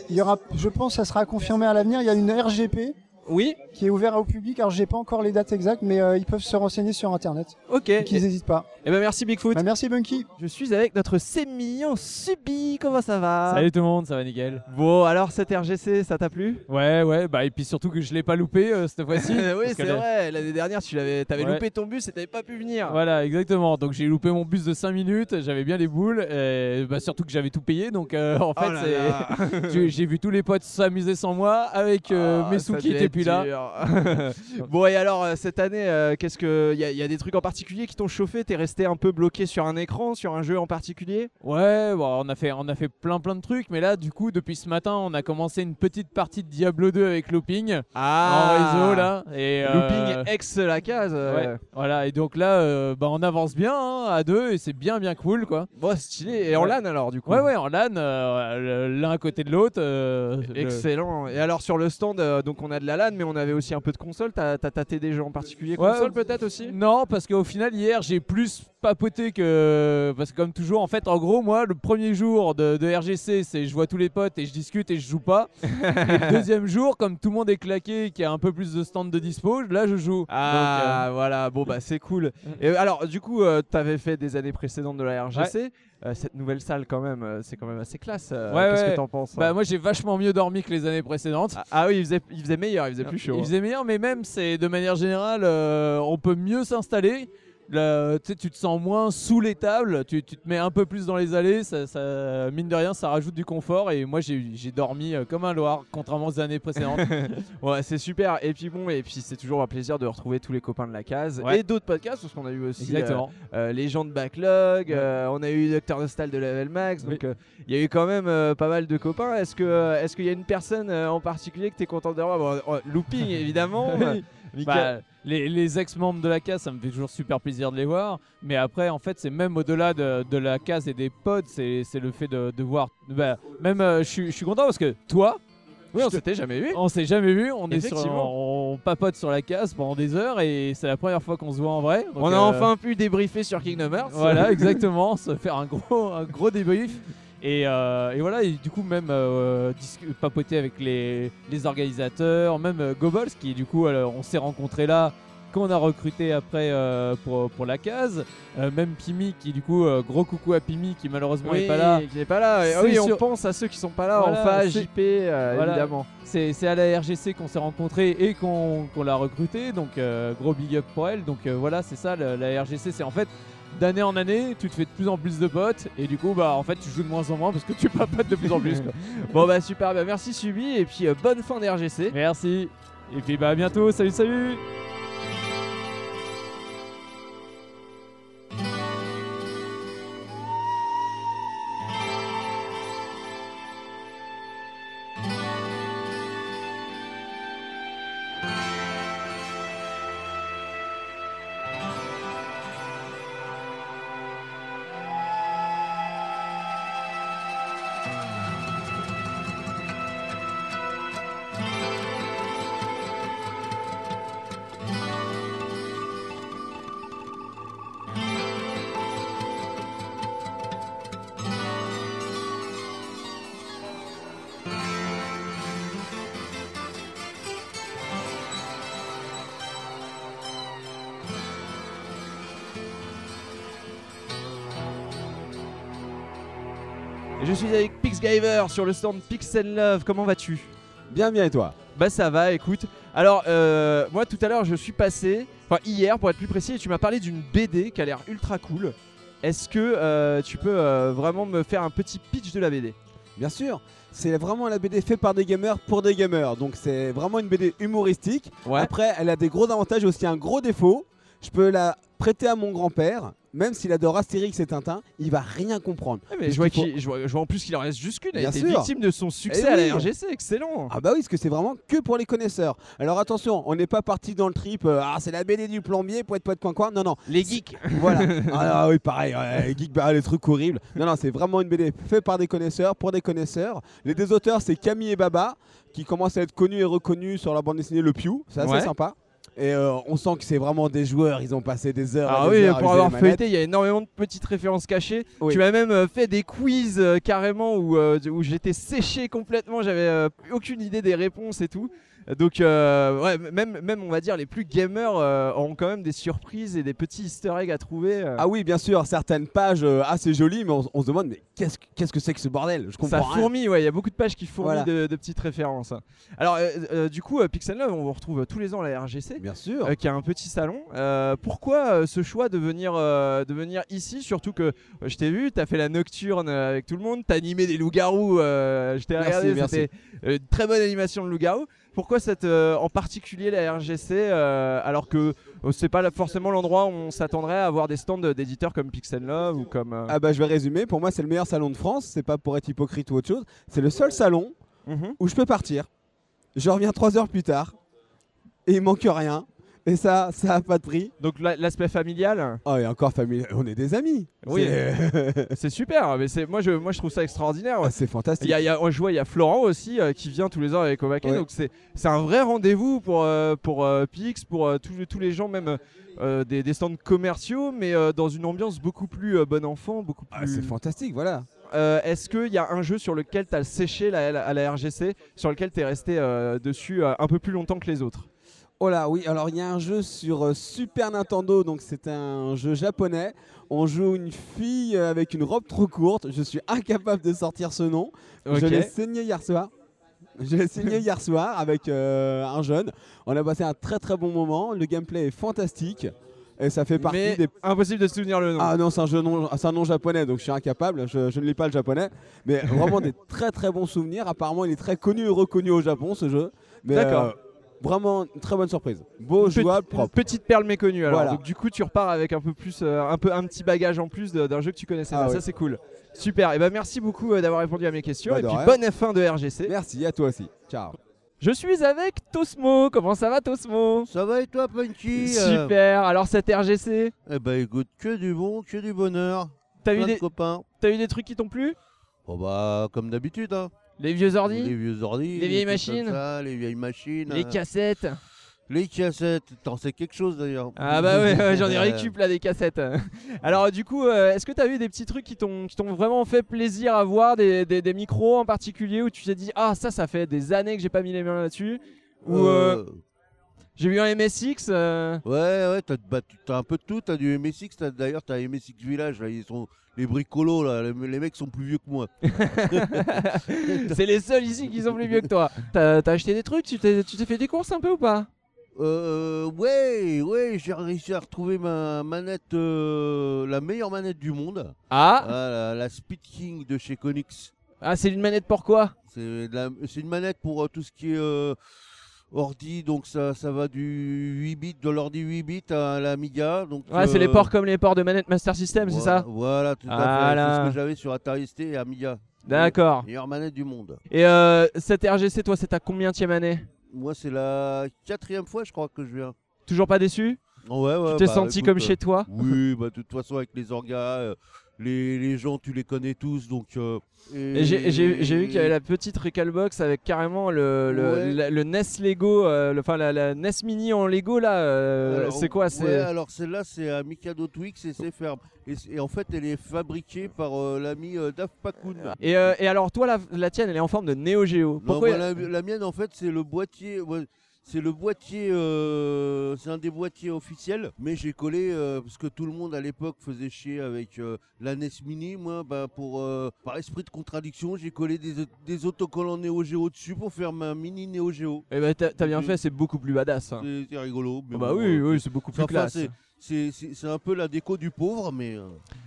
S7: il y aura, je pense, ça sera confirmé à l'avenir. Il y a une RGP
S3: Oui,
S7: qui est ouverte au public. Alors j'ai pas encore les dates exactes, mais euh, ils peuvent se renseigner sur internet.
S3: ok.
S7: Donc ils
S3: Eh
S7: n'hésitent pas.
S3: ben merci Bigfoot.
S7: Bah, merci Bunky.
S1: Je suis avec notre sémillant Subi, comment ça va
S8: Salut tout le monde, ça va nickel.
S1: Bon, alors cette RGC, ça t'a plu
S8: Ouais, ouais, bah et puis surtout que je l'ai pas loupé euh, cette fois-ci.
S1: Euh, Oui,
S8: parce que
S1: c'est
S8: la-
S1: vrai, l'année dernière, tu l'avais, t'avais
S8: Ouais.
S1: loupé ton bus et t'avais pas pu venir.
S8: Voilà, exactement. Donc j'ai loupé mon bus de 5 minutes, j'avais bien les boules, et, bah, surtout que j'avais tout payé. Donc euh,
S1: Oh
S8: en fait, c'est- j'ai- j'ai vu tous les potes s'amuser sans moi, avec
S1: Ah,
S8: euh, mes sous qui étaient plus là.
S1: là. bon, et alors, euh, cette année, euh, qu'est-ce que. Il y, a- y a des trucs en particulier qui t'ont chauffé T'es resté un peu bloqué sur un écran, sur un jeu en particulier
S8: Ouais, bon, on a fait, on a fait plein plein de trucs, mais là, du coup, depuis ce matin, on a commencé une petite partie de Diablo 2 avec Looping en réseau là. Et, euh,
S1: Ah! Looping ex la case.
S8: ouais,
S1: euh,
S8: voilà. Et donc là, euh, bah, on avance bien hein, à deux, et c'est bien bien cool quoi.
S1: Bon, stylé. Et en
S8: Ouais.
S1: LAN alors, du coup
S8: Ouais, ouais, en LAN, euh, le- l'un à côté de l'autre. euh, le-
S1: Excellent. Et alors sur le stand, euh, donc on a de la LAN, mais on avait aussi un peu de console. T'as t'as tâté des jeux en particulier
S8: Ouais.
S1: console peut-être aussi
S8: Non, parce qu'au final, hier, j'ai plus papoté que. Parce que, comme toujours, en fait, en gros, moi, le premier jour de, de RGC, c'est je vois tous les potes et je discute et je joue pas. Et le deuxième jour, comme tout le monde est claqué et qu'il y a un peu plus de stands de dispo, là, je joue. euh, Mm.
S1: Ah voilà, bon bah c'est cool. Et alors du coup, euh, t'avais fait des années précédentes de la RGC. Euh, cette nouvelle salle quand même, euh, c'est quand même assez classe. euh,
S8: Ouais,
S1: Qu'est-ce que
S8: ouais.
S1: t'en penses
S8: Donc, euh, bah,
S1: hein
S8: moi, j'ai vachement mieux dormi que les années précédentes.
S1: Ah, ah oui, il faisait, il faisait meilleur, il faisait plus chaud. hein.
S8: Il faisait meilleur, mais même, c'est de manière générale, euh, on peut mieux s'installer. Là, tu sais, tu te sens moins sous les tables, tu, tu te mets un peu plus dans les allées, ça, ça- mine de rien, ça rajoute du confort. Et moi, j'ai j'ai dormi euh, comme un Loir, contrairement aux années précédentes.
S1: Ouais, c'est super. Et puis bon, et puis c'est toujours un plaisir de retrouver tous les copains de la case
S8: Ouais.
S1: et d'autres podcasts parce qu'on a eu aussi euh,
S8: Exactement.
S1: euh, les gens de Backlog,
S8: Ouais.
S1: euh, on a eu Docteur Nostal de Level Max, donc
S8: Oui.
S1: euh, il y a eu quand même euh, pas mal de copains. Est-ce que euh, est-ce qu'il y a une personne euh, en particulier que tu es content d'avoir Bon, euh, Looping évidemment. euh, Mika-
S8: Bah, les les ex-membres de la case, ça me fait toujours super plaisir de les voir. Mais après, en fait, c'est même au-delà de, de la case et des pods, c'est c'est le fait de, de voir. bah, même, euh, je suis- je suis content parce que toi,
S1: oui, on
S8: je te-
S1: s'était jamais vu.
S8: On s'est jamais vu, on est sur,
S1: Effectivement.
S8: on papote sur la case pendant des heures et c'est la première fois qu'on se voit en vrai. Donc,
S1: on a
S8: euh,
S1: enfin pu débriefer sur Kingdom Hearts.
S8: voilà exactement se faire un gros un gros débrief. Et, euh, et voilà, et du coup, même euh, discu- papoter avec les, les organisateurs, même euh, Goebbels, qui du coup, alors, on s'est rencontrés là, qu'on a recruté après euh, pour, pour la case. Euh, même Pimi, qui du coup, euh, gros coucou à Pimi, qui malheureusement n'est pas là.
S1: Qui n'est pas là. Et-
S8: C'est
S1: ah oui, on
S8: sur-
S1: pense à ceux qui sont pas là,
S8: Voilà,
S1: Enfa,
S8: c'est-
S1: JP, euh,
S8: Voilà.
S1: évidemment.
S8: C'est c'est à la RGC qu'on s'est rencontrés et qu'on qu'on l'a recruté, donc euh, gros big up pour elle. Donc euh, voilà, c'est ça, le- la RGC, c'est en fait d'année en année, tu te fais de plus en plus de potes et du coup, bah en fait, tu joues de moins en moins parce que tu papotes de plus en plus. quoi.
S1: Bon bah super, bah, merci Subi et puis euh, bonne fin d'RGC.
S8: Merci, et puis bah à bientôt, salut, salut!
S1: Je suis avec Pixgiver sur le stand Pixel Love. Comment vas-tu
S9: Bien, bien, et toi
S1: Bah ça va, écoute. Alors euh, moi tout à l'heure je suis passé, enfin hier pour être plus précis, et tu m'as parlé d'une BD qui a l'air ultra cool. Est-ce que euh, tu peux euh, vraiment me faire un petit pitch de la BD
S9: Bien sûr, c'est vraiment la BD faite par des gamers pour des gamers. Donc c'est vraiment une BD humoristique.
S1: Ouais.
S9: Après, elle a des gros avantages et aussi un gros défaut. Je peux la prêter à mon grand-père, même s'il adore Astérix et Tintin, il va rien comprendre.
S1: mais je vois, qu'il- je, vois, je vois en plus qu'il en reste juste qu'une. Elle
S9: Bien
S1: était
S9: sûr.
S1: victime de son succès
S9: Eh
S1: à
S9: oui.
S1: la RGC, excellent.
S9: Ah bah oui, parce que c'est vraiment que pour les connaisseurs. Alors attention, on n'est pas parti dans le trip, euh, ah c'est la BD du plombier, poète poète coin coin. Non, non,
S1: Les geeks.
S9: voilà. ah oui, pareil, ouais, Geek Bar, les trucs horribles. Non, non, c'est vraiment une BD faite par des connaisseurs, pour des connaisseurs. Les deux auteurs, c'est Camille et Baba, qui commencent à être connus et reconnus sur la bande dessinée Le Pew. C'est assez
S1: Ouais.
S9: sympa. Et euh, on sent que c'est vraiment des joueurs, ils ont passé des heures.
S1: Ah
S9: et des
S1: oui,
S9: heures à
S1: pour
S9: user les
S1: avoir
S9: manettes.
S1: feuilleté, il y a énormément de petites références cachées.
S9: Oui.
S1: Tu m'as même euh, fait des quiz euh, carrément où, euh, où j'étais séché complètement, j'avais euh, aucune idée des réponses et tout. Donc euh, ouais, même, même on va dire les plus gamers euh, ont quand même des surprises et des petits easter eggs à trouver. euh.
S9: Ah oui, bien sûr, certaines pages euh, assez jolies, mais on, on se demande, mais qu'est-ce que qu'est-ce que c'est que ce bordel Je
S1: ça
S9: comprends rien.
S1: fourmille, ouais, il y a beaucoup de pages qui fourmillent
S9: Voilà.
S1: de, de petites références. Alors euh, euh, du coup, euh, Pixel Love, on vous retrouve euh, tous les ans à la RGC.
S9: Bien sûr.
S1: euh, qui a un petit salon. Euh, pourquoi euh, ce choix de venir, euh, de venir ici Surtout que euh, je t'ai vu, t'as fait la nocturne euh, avec tout le monde, t'as animé des loups-garous. euh, je t'ai
S9: Merci,
S1: regardé,
S9: merci.
S1: c'était euh, une très bonne animation de loups-garous. Pourquoi cette, euh, en particulier la RGC euh, alors que euh, c'est pas la- forcément l'endroit où on s'attendrait à avoir des stands d'éditeurs comme Pixel Love ou comme. euh,
S9: Ah bah je vais résumer, pour moi c'est le meilleur salon de France, c'est pas pour être hypocrite ou autre chose, c'est le seul salon
S1: Mhm.
S9: où je peux partir. Je reviens trois heures plus tard et il manque rien. Et ça, ça a pas de prix.
S1: Donc la- l'aspect familial,
S9: Oh, et encore famille, on est des amis.
S1: Oui.
S9: C'est-
S1: c'est super. Ah, Mais c'est moi je, moi je trouve ça extraordinaire.
S9: Ah, c'est
S1: Il
S9: fantastique.
S1: y a, il y a- je vois, il y a Florent aussi euh, qui vient tous les ans avec Ovaken,
S9: Ouais.
S1: donc c'est c'est un vrai rendez-vous pour, euh, pour euh, Pix, pour euh, tous, les- tous les gens, même euh, des, des stands commerciaux, mais euh, dans une ambiance beaucoup plus euh, bon enfant, beaucoup
S9: Ah, c'est
S1: plus.
S9: fantastique, voilà.
S1: Euh, Est-ce qu'il y a un jeu sur lequel tu as séché la, la- à la RGC, sur lequel tu es resté euh, dessus euh, un peu plus longtemps que les autres
S9: Oh là, oui, alors il y a un jeu sur euh, Super Nintendo, donc c'est un jeu japonais. On joue une fille euh, avec une robe trop courte. Je suis incapable de sortir ce nom. Je
S1: Ok.
S9: l'ai saigné hier soir. Je l'ai saigné hier soir avec euh, un jeune. On a passé un très très bon moment. Le gameplay est fantastique. Et ça fait partie
S1: Mais
S9: des.
S1: impossible de se souvenir le nom.
S9: Ah non, c'est un, jeu non, c'est un nom japonais, donc je suis incapable. Je, je ne lis pas le japonais. Mais vraiment des très très bons souvenirs. Apparemment, il est très connu et reconnu au Japon ce jeu. Mais,
S1: D'accord.
S9: euh, vraiment une très bonne surprise. Beau,
S1: Une petite-
S9: jouable,
S1: une
S9: propre.
S1: petite perle méconnue alors.
S9: Voilà.
S1: Donc du coup tu repars avec un peu plus euh, un peu un petit bagage en plus de- d'un jeu que tu connaissais
S9: Ah
S1: pas.
S9: oui.
S1: Ça c'est cool. Super. Et ben merci beaucoup euh, d'avoir répondu à mes questions
S9: Bah,
S1: et
S9: de
S1: puis
S9: rien.
S1: bonne fin de RGC.
S9: Merci à toi aussi. Ciao.
S1: Je suis avec Tosmo. Comment ça va Tosmo
S10: Ça va et toi, Punky Euh,
S1: Super. Alors cette RGC,
S10: Eh ben écoute, que du bon, que du bonheur.
S1: t'as eu
S10: Plein de
S1: des
S10: copains.
S1: t'as eu des trucs qui t'ont plu
S10: Bon bah, comme d'habitude, hein.
S1: Les vieux ordi,
S10: Les vieux ordi.
S1: Les vieilles
S10: trucs comme
S1: machines.
S10: ça, Les vieilles machines.
S1: les
S10: euh,
S1: cassettes.
S10: Les cassettes, t'en sais quelque chose d'ailleurs.
S1: Ah bah ouais, ouais, j'en ai récup là des cassettes. Alors du coup, euh, est-ce que t'as eu des petits trucs qui t'ont qui t'ont vraiment fait plaisir à voir, des, des, des micros en particulier où tu t'es dit ah ça ça fait des années que j'ai pas mis les mains là-dessus ou euh,
S10: Euh,
S1: j'ai vu un MSX. euh,
S10: Ouais, ouais, t'as bah, tu- t'as un peu de tout, t'as du MSX, t'as- d'ailleurs t'as MSX Village, là, ils sont les bricolos, là, les, les mecs sont plus vieux que moi.
S1: C'est les seuls ici qui sont plus vieux que toi. T'as t'as acheté des trucs, tu t'es tu t'es fait des courses un peu ou pas
S10: Euh, ouais, ouais, j'ai réussi à retrouver ma manette, euh, la meilleure manette du monde,
S1: Ah
S10: Ah, la, la Speed King de chez Konix.
S1: ah c'est une manette pour quoi
S10: C'est de la- c'est une manette pour euh, tout ce qui est euh, ordi, donc ça, ça va du 8 bits, de l'ordi 8 bits à l'Amiga. donc,
S1: Ouais c'est les
S10: euh,
S1: ports comme les ports de manette Master System, c'est
S10: voilà-
S1: ça
S10: Voilà, tout à fait.
S1: Voilà.
S10: C'est ce que j'avais sur Atari ST et Amiga.
S1: D'accord.
S10: Meilleure manette du monde.
S1: Et euh, cette RGC, toi, c'est ta combien année
S10: Moi, c'est la quatrième fois, je crois, que je viens.
S1: Toujours pas déçu
S10: Ouais, ouais,
S1: Tu t'es
S10: bah,
S1: senti
S10: écoute,
S1: comme
S10: euh,
S1: chez toi
S10: Oui, bah, de toute façon, avec les orgas, euh, les, les gens, tu les connais tous, donc. euh,
S1: Et j'ai- J'ai j'ai vu qu'il y avait la petite Recalbox avec carrément le, le,
S10: Ouais.
S1: la- le NES Lego, euh, le- enfin la, la NES Mini en Lego là. euh,
S10: Alors,
S1: c'est quoi
S10: ouais,
S1: C'est
S10: alors celle-là, c'est un Mikado Twix et c'est ferme. Et, c'est- et en fait, elle est fabriquée par euh, l'ami euh, Daft Pakun.
S1: et, euh, et alors toi la, la tienne elle est en forme de Neo Geo.
S10: Non,
S1: Pourquoi
S10: moi, la, la mienne, en fait, c'est le boîtier. ouais, c'est le boîtier, euh, c'est un des boîtiers officiels, mais j'ai collé euh, parce que tout le monde à l'époque faisait chier avec euh, la NES Mini. Moi, bah, pour euh, par esprit de contradiction, j'ai collé des, des autocollants Neo Geo dessus pour faire ma mini Neo Geo. euh,
S1: Eh ben, t'as t'as bien fait, c'est beaucoup plus badass. hein.
S10: C'est c'est rigolo. Mais
S1: Ah bah
S10: bon,
S1: oui,
S10: euh,
S1: oui, c'est beaucoup plus
S10: enfin,
S1: classe.
S10: c'est- c'est- C'est c'est un peu la déco du pauvre, mais. euh,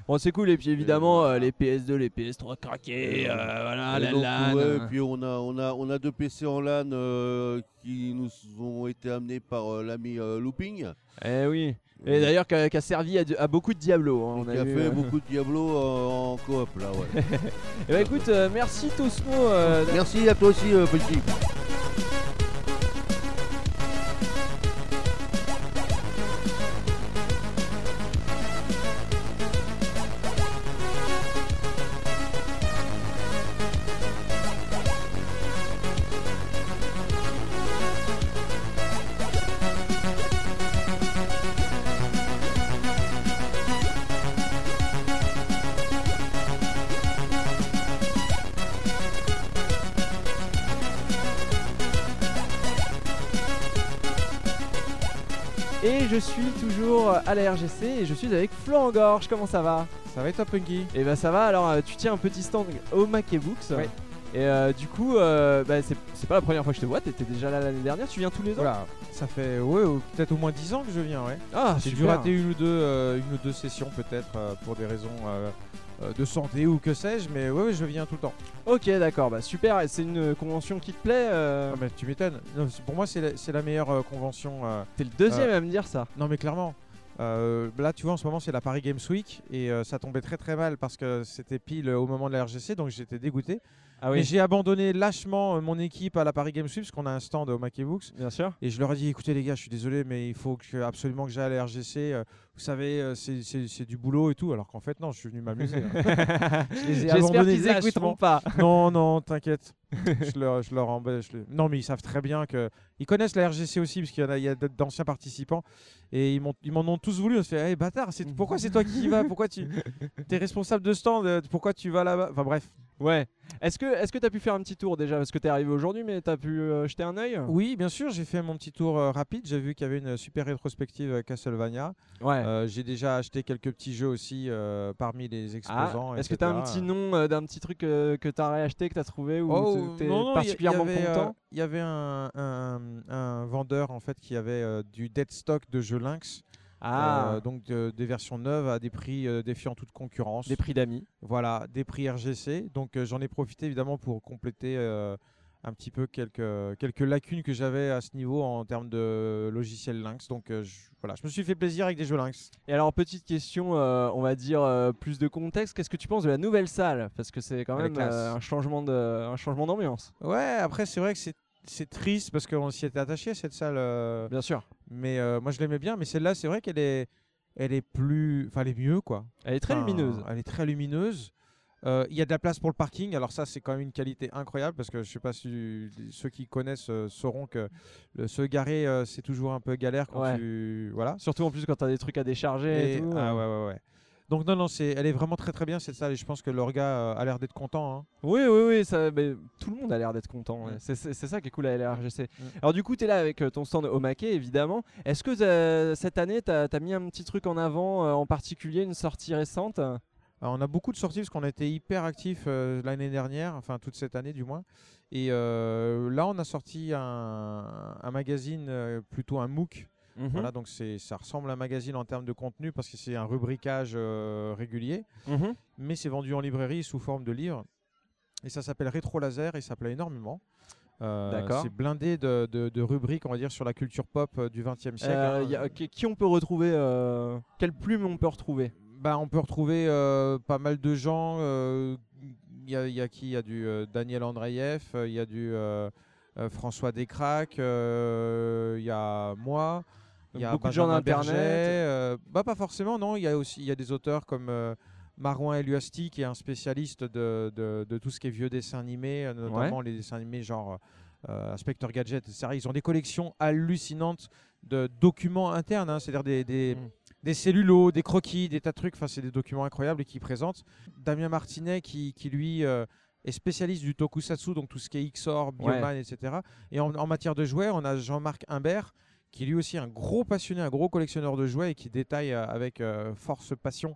S1: Bon, c'est cool. Et puis évidemment, euh, les PS2, les PS3 craqués,
S10: Et,
S1: euh,
S10: euh,
S1: voilà,
S10: Et
S1: la
S10: donc,
S1: LAN.
S10: ouais,
S1: euh.
S10: et puis on a, on, a, on a deux PC en LAN euh, qui nous ont été amenés par euh, l'ami euh, Looping.
S1: Eh oui. Et d'ailleurs, qui a, qui a servi à, du- à beaucoup de Diablo. hein, on
S10: Mm. qui
S1: a
S10: a
S1: vu,
S10: fait
S1: euh.
S10: beaucoup de Diablo euh, en coop là, ouais.
S1: Eh ben, écoute, euh, merci Tosmo. euh,
S10: Merci à toi aussi, euh, Petit.
S1: Et je suis toujours euh, à la RGC et je suis avec Florent Gorge, comment ça va
S11: Ça va et toi, Punky
S1: Et bah ça va, alors euh, tu tiens un petit stand au Mac et Books.
S11: Ouais.
S1: Et euh, du coup, euh, bah, c'est c'est pas la première fois que je te vois, t'étais déjà là l'année dernière, tu viens tous les ans
S11: Voilà, ça fait ouais, ou peut-être au moins 10 ans que je viens, ouais.
S1: Ah,
S11: J'ai dû
S1: super.
S11: rater une ou deux, euh, une ou deux sessions peut-être euh, pour des raisons euh, euh, de santé ou que sais-je, mais ouais, ouais, je viens tout le temps.
S1: Ok, d'accord, bah super, et c'est une convention qui te plaît euh,
S11: Ah, mais tu m'étonnes. Non, c'est- Pour moi, c'est la, c'est la meilleure euh, convention. euh,
S1: T'es le deuxième à me dire ça.
S11: Non, mais clairement. euh, là, tu vois, en ce moment, c'est la Paris Games Week et euh, ça tombait très très mal parce que c'était pile euh, au moment de la RGC, donc j'étais dégoûté.
S1: Ah
S11: Mais j'ai abandonné lâchement euh, mon équipe à la Paris Games Week parce qu'on a un stand au Mackey Books.
S1: bien sûr.
S11: Et je leur ai dit, écoutez les gars, je suis désolé, mais il faut que, absolument que j'aille à la RGC. euh, Vous savez, euh, c'est- c'est c'est du boulot et tout. Alors qu'en fait, non, je suis venu m'amuser. hein. Je les ai
S1: J'espère
S11: abandonnés
S1: qu'ils
S11: lâchement.
S1: écouteront pas.
S11: Non, non, t'inquiète. je leur, je leur embêche. le- Non, mais ils savent très bien que. Ils connaissent la RGC aussi, parce qu'il y en a, il y a d- d'anciens participants. Et ils m'ont- ils m'en ont tous voulu. On se fait, hey, bâtard, c'est- pourquoi c'est toi qui y vas Pourquoi tu. T'es responsable de stand euh, Pourquoi tu vas là-bas Enfin bref.
S1: Ouais. Est-ce que est-ce que t'as pu faire un petit tour déjà Parce que t'es arrivé aujourd'hui, mais t'as pu euh, jeter un œil
S11: Oui, bien sûr, j'ai fait mon petit tour euh, rapide. J'ai vu qu'il y avait une super rétrospective euh, Castlevania.
S1: Ouais.
S11: Euh, j'ai déjà acheté quelques petits jeux aussi euh, parmi les
S1: Ah,
S11: exposants.
S1: Est-ce que t'as un
S11: etc..
S1: petit nom euh, d'un petit truc euh, que t'as réacheté, que t'as trouvé ou
S11: Oh,
S1: t- t'es
S11: non, non, il y-
S1: particulièrement
S11: il y avait, euh,
S1: content
S11: Il y avait un, un- un vendeur en fait qui avait euh, du dead stock de jeux Lynx,
S1: Ah,
S11: euh, donc de- des versions neuves à des prix euh, défiant toute concurrence.
S1: des prix d'amis.
S11: Voilà, des prix RGC. Donc euh, j'en ai profité évidemment pour compléter euh, un petit peu quelques, quelques lacunes que j'avais à ce niveau en termes de logiciel Lynx. Donc euh, je, voilà, je me suis fait plaisir avec des jeux Lynx.
S1: Et alors, petite question, euh, on va dire euh, plus de contexte. Qu'est-ce que tu penses de la nouvelle salle Parce que c'est quand
S11: Elle est
S1: même euh,
S11: classe.
S1: un changement de, un changement d'ambiance.
S11: Ouais, après c'est vrai que c'est c'est triste parce qu'on s'y était attaché à cette salle. euh,
S1: Bien sûr.
S11: Mais euh, moi, je l'aimais bien. Mais celle-là, c'est vrai qu'elle est, elle est plus, enfin, elle est mieux, quoi.
S1: Elle est très
S11: Enfin,
S1: lumineuse.
S11: Elle est très lumineuse. Euh, Il y a de la place pour le parking. Alors ça, c'est quand même une qualité incroyable parce que je sais pas si ceux qui connaissent euh, sauront que le, se garer, euh, c'est toujours un peu galère quand
S1: Ouais.
S11: tu voilà.
S1: Surtout en plus quand t'as des trucs à décharger et,
S11: Et-
S1: tout.
S11: ah
S1: euh.
S11: ouais, ouais, ouais. Donc non, non, c'est, elle est vraiment très très bien cette salle et je pense que l'orga euh, a l'air d'être content. hein.
S1: Oui, oui, oui, ça, mais tout le monde a l'air d'être content. ouais.
S11: Mm.
S1: C'est c'est- c'est ça qui est cool à LRGC.
S11: Mm.
S1: Alors, du coup, tu es là avec euh, ton stand Omake, évidemment. Est-ce que euh, cette année, tu as, mis un petit truc en avant, euh, en particulier une sortie récente
S11: Alors, on a beaucoup de sorties parce qu'on a été hyper actifs euh, l'année dernière, enfin toute cette année du moins. Et euh, là, on a sorti un, un magazine, euh, plutôt un MOOC.
S1: Mhm.
S11: Voilà, donc c'est, ça ressemble à un magazine en termes de contenu parce que c'est un rubricage euh, régulier.
S1: Mhm.
S11: mais c'est vendu en librairie sous forme de livre. Et ça s'appelle Rétro Laser et ça plaît énormément. Euh,
S1: D'accord.
S11: C'est blindé de, de- de rubriques, on va dire, sur la culture pop euh, du XXe siècle.
S1: Euh,
S11: hein.
S1: y a- qui, qui on peut retrouver euh, Quelle plume on peut retrouver
S11: Bah, on peut retrouver euh, pas mal de gens. euh, Il y, a- il y a qui Il y a du euh, Daniel Andreev, euh, il y a du euh, euh, François Descraques, euh, il y a moi. Il y a
S1: Beaucoup de gens
S11: Benjamin
S1: d'Internet.
S11: Berger, euh, bah, pas forcément, non. Il y a aussi il y a des auteurs comme euh, Marouin Eluasti, qui est un spécialiste de, de- de tout ce qui est vieux dessins animés, euh, notamment les dessins animés genre euh, Inspector Gadget, etc. Ils ont des collections hallucinantes de documents internes, hein, c'est-à-dire des, des,
S1: Mm.
S11: des cellulos, des croquis, des tas de trucs. Enfin, c'est des documents incroyables et qui présentent. Damien Martinet, qui, qui lui euh, est spécialiste du tokusatsu, donc tout ce qui est XOR, Bioman, etc. Et en, en matière de jouets, on a Jean-Marc Imbert, qui lui aussi est un gros passionné, un gros collectionneur de jouets et qui détaille euh, avec euh, force passion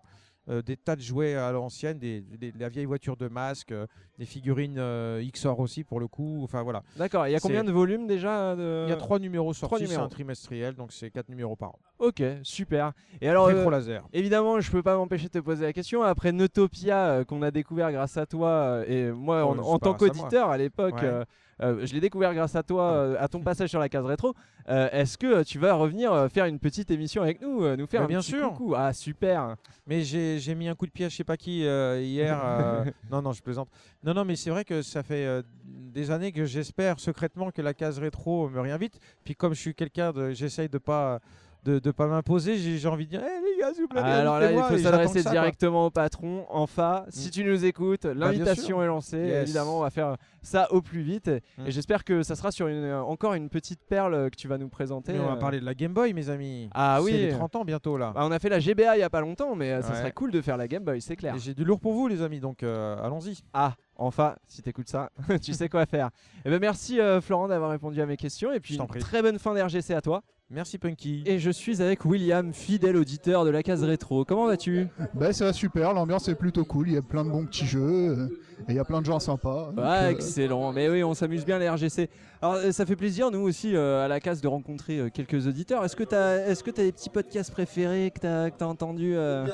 S11: euh, des tas de jouets à l'ancienne, des, des- la vieille voiture de masque, euh, des figurines euh, XOR aussi pour le coup. Enfin voilà.
S1: D'accord, il y a
S11: C'est-
S1: combien de volumes déjà euh, de-
S11: Il y a trois numéros
S1: trois
S11: sortis, c'est
S1: numéros.
S11: un trimestriel, donc c'est quatre numéros par an.
S1: Ok, super. Et alors,
S11: Rétro
S1: euh,
S11: laser.
S1: Évidemment, je peux pas m'empêcher de te poser la question. Après Notopia, euh, qu'on a découvert grâce à toi, euh, et moi,
S11: Oh,
S1: en,
S11: c'est
S1: en tant
S11: pas grâce à moi.
S1: qu'auditeur à l'époque,
S11: Ouais.
S1: euh, euh, je l'ai découvert grâce à toi, euh, à ton passage sur la case rétro. Euh, Est-ce que euh, tu vas revenir euh, faire une petite émission avec nous, euh, nous faire
S11: Bah,
S1: un
S11: bien
S1: petit
S11: sûr.
S1: coucou Ah, super
S11: Mais j'ai j'ai mis un coup de pied à je sais pas qui euh, hier. euh, non, non, je plaisante. Non, non, mais c'est vrai que ça fait euh, des années que j'espère secrètement que la case rétro me réinvite. Puis comme je suis quelqu'un de. J'essaye de pas. De, de pas m'imposer, j'ai j'ai envie de dire, Eh, les gars, s'il vous plaît,
S1: Alors là, il
S11: invitez-moi.
S1: faut
S11: Et j'attends que
S1: s'adresser
S11: ça, quoi. Mm. Bah,
S1: directement au patron, Enfa. Si tu nous écoutes, l'invitation est lancée.
S11: Yes.
S1: Évidemment, on va faire ça au plus vite.
S11: Mm.
S1: Et j'espère que ça sera sur une, euh, encore une petite perle euh, que tu vas nous présenter.
S11: Mais on va
S1: euh,
S11: parler de la Game Boy, mes amis.
S1: Ah
S11: C'est
S1: oui.
S11: les 30 ans bientôt là.
S1: Bah, on a fait la GBA il y a pas longtemps, mais euh, ça
S11: Ouais.
S1: serait cool de faire la Game Boy, c'est clair.
S11: Et J'ai du lourd pour vous, les amis, donc euh, allons-y.
S1: Ah, enfin, si t'écoutes ça, tu sais quoi faire. Eh ben merci euh, Florent d'avoir répondu à mes questions et puis
S11: Je t'en
S1: une
S11: prie.
S1: très bonne fin d'RGC à toi.
S11: Merci Punky.
S1: Et je suis avec William, fidèle auditeur de la case rétro. Comment vas-tu
S12: Bah ça va super, l'ambiance est plutôt cool, il y a plein de bons petits jeux, euh, et il y a plein de gens sympas. donc,
S1: Ah,
S12: euh,
S1: excellent, mais oui, on s'amuse bien les RGC. Alors euh, ça fait plaisir nous aussi euh, à la case de rencontrer euh, quelques auditeurs. Est-ce que t'as est-ce que t'as des petits podcasts préférés que t'as que t'as entendu euh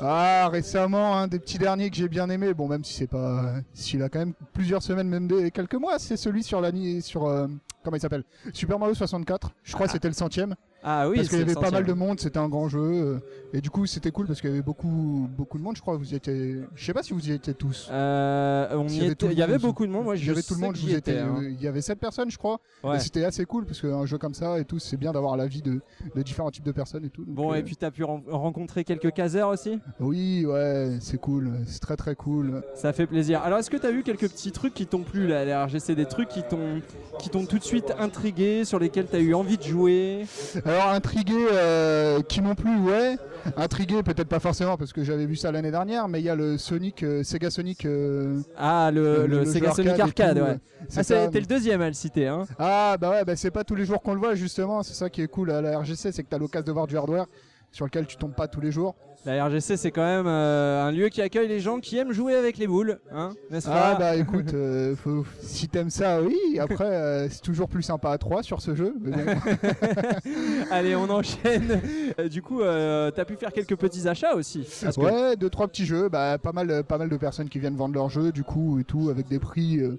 S12: Ah, récemment, un des petits derniers que j'ai bien aimé, bon, même si c'est pas. S'il a quand même plusieurs semaines, même des, quelques mois, c'est celui sur la. ni- sur euh, Comment il s'appelle Super Mario 64, je crois que c'était le centième.
S1: Ah oui,
S12: parce qu'il y
S1: c'est le
S12: avait pas mal
S1: centième.
S12: de monde, c'était un grand jeu. euh, et du coup, c'était cool parce qu'il y avait beaucoup, beaucoup de monde, je crois. que Vous y étiez. Je sais pas si vous y étiez tous.
S1: Euh, on
S12: S'il
S1: y
S12: y avait
S1: était-
S12: tout le
S1: il y avait
S12: monde,
S1: beaucoup de monde, moi
S12: Il y avait tout le
S1: sais
S12: monde,
S1: que
S12: je vous
S1: j'y
S12: étais,
S1: étais, hein.
S12: euh, il y avait sept personnes, je crois.
S1: Ouais.
S12: Et c'était assez cool parce qu'un jeu comme ça et tout, c'est bien d'avoir l'avis de, de différents types de personnes et tout. donc,
S1: Bon,
S12: euh,
S1: et puis t'as pu ren- rencontrer quelques caseurs aussi
S12: Oui, ouais, c'est cool, c'est très très cool.
S1: Ça fait plaisir. Alors, est-ce que t'as vu quelques petits trucs qui t'ont plu là, à la RGC Des trucs qui t'ont qui t'ont tout de suite intrigué, sur lesquels t'as eu envie de jouer
S12: Alors intrigué, euh, qui m'ont plu, ouais. Intrigué, peut-être pas forcément parce que j'avais vu ça l'année dernière, mais il y a le Sonic, euh, Sega Sonic. euh,
S1: Ah, le, le
S12: le jeu
S1: Sega Sonic
S12: arcade
S1: Arcade,
S12: et tout,
S1: ouais.
S12: ouais. c'est
S1: Ah, ça,
S12: pas-
S1: t'es le deuxième à le citer, hein
S12: Ah bah ouais, bah c'est pas tous les jours qu'on le voit justement, c'est ça qui est cool à la RGC, c'est que t'as l'occasion de voir du hardware sur lequel tu tombes pas tous les jours.
S1: La RGC, c'est quand même euh, un lieu qui accueille les gens qui aiment jouer avec les boules, hein N'est-ce
S12: Ah
S1: pas
S12: bah écoute, euh, faut- si t'aimes ça, oui. Après, euh, c'est toujours plus sympa à 3 sur ce jeu. mais bon.
S1: Allez, on enchaîne. Euh, du coup, euh, t'as pu faire quelques petits achats aussi. Parce que-
S12: ouais, deux trois petits jeux, bah pas mal, pas mal de personnes qui viennent vendre leurs jeux du coup et tout avec des prix euh,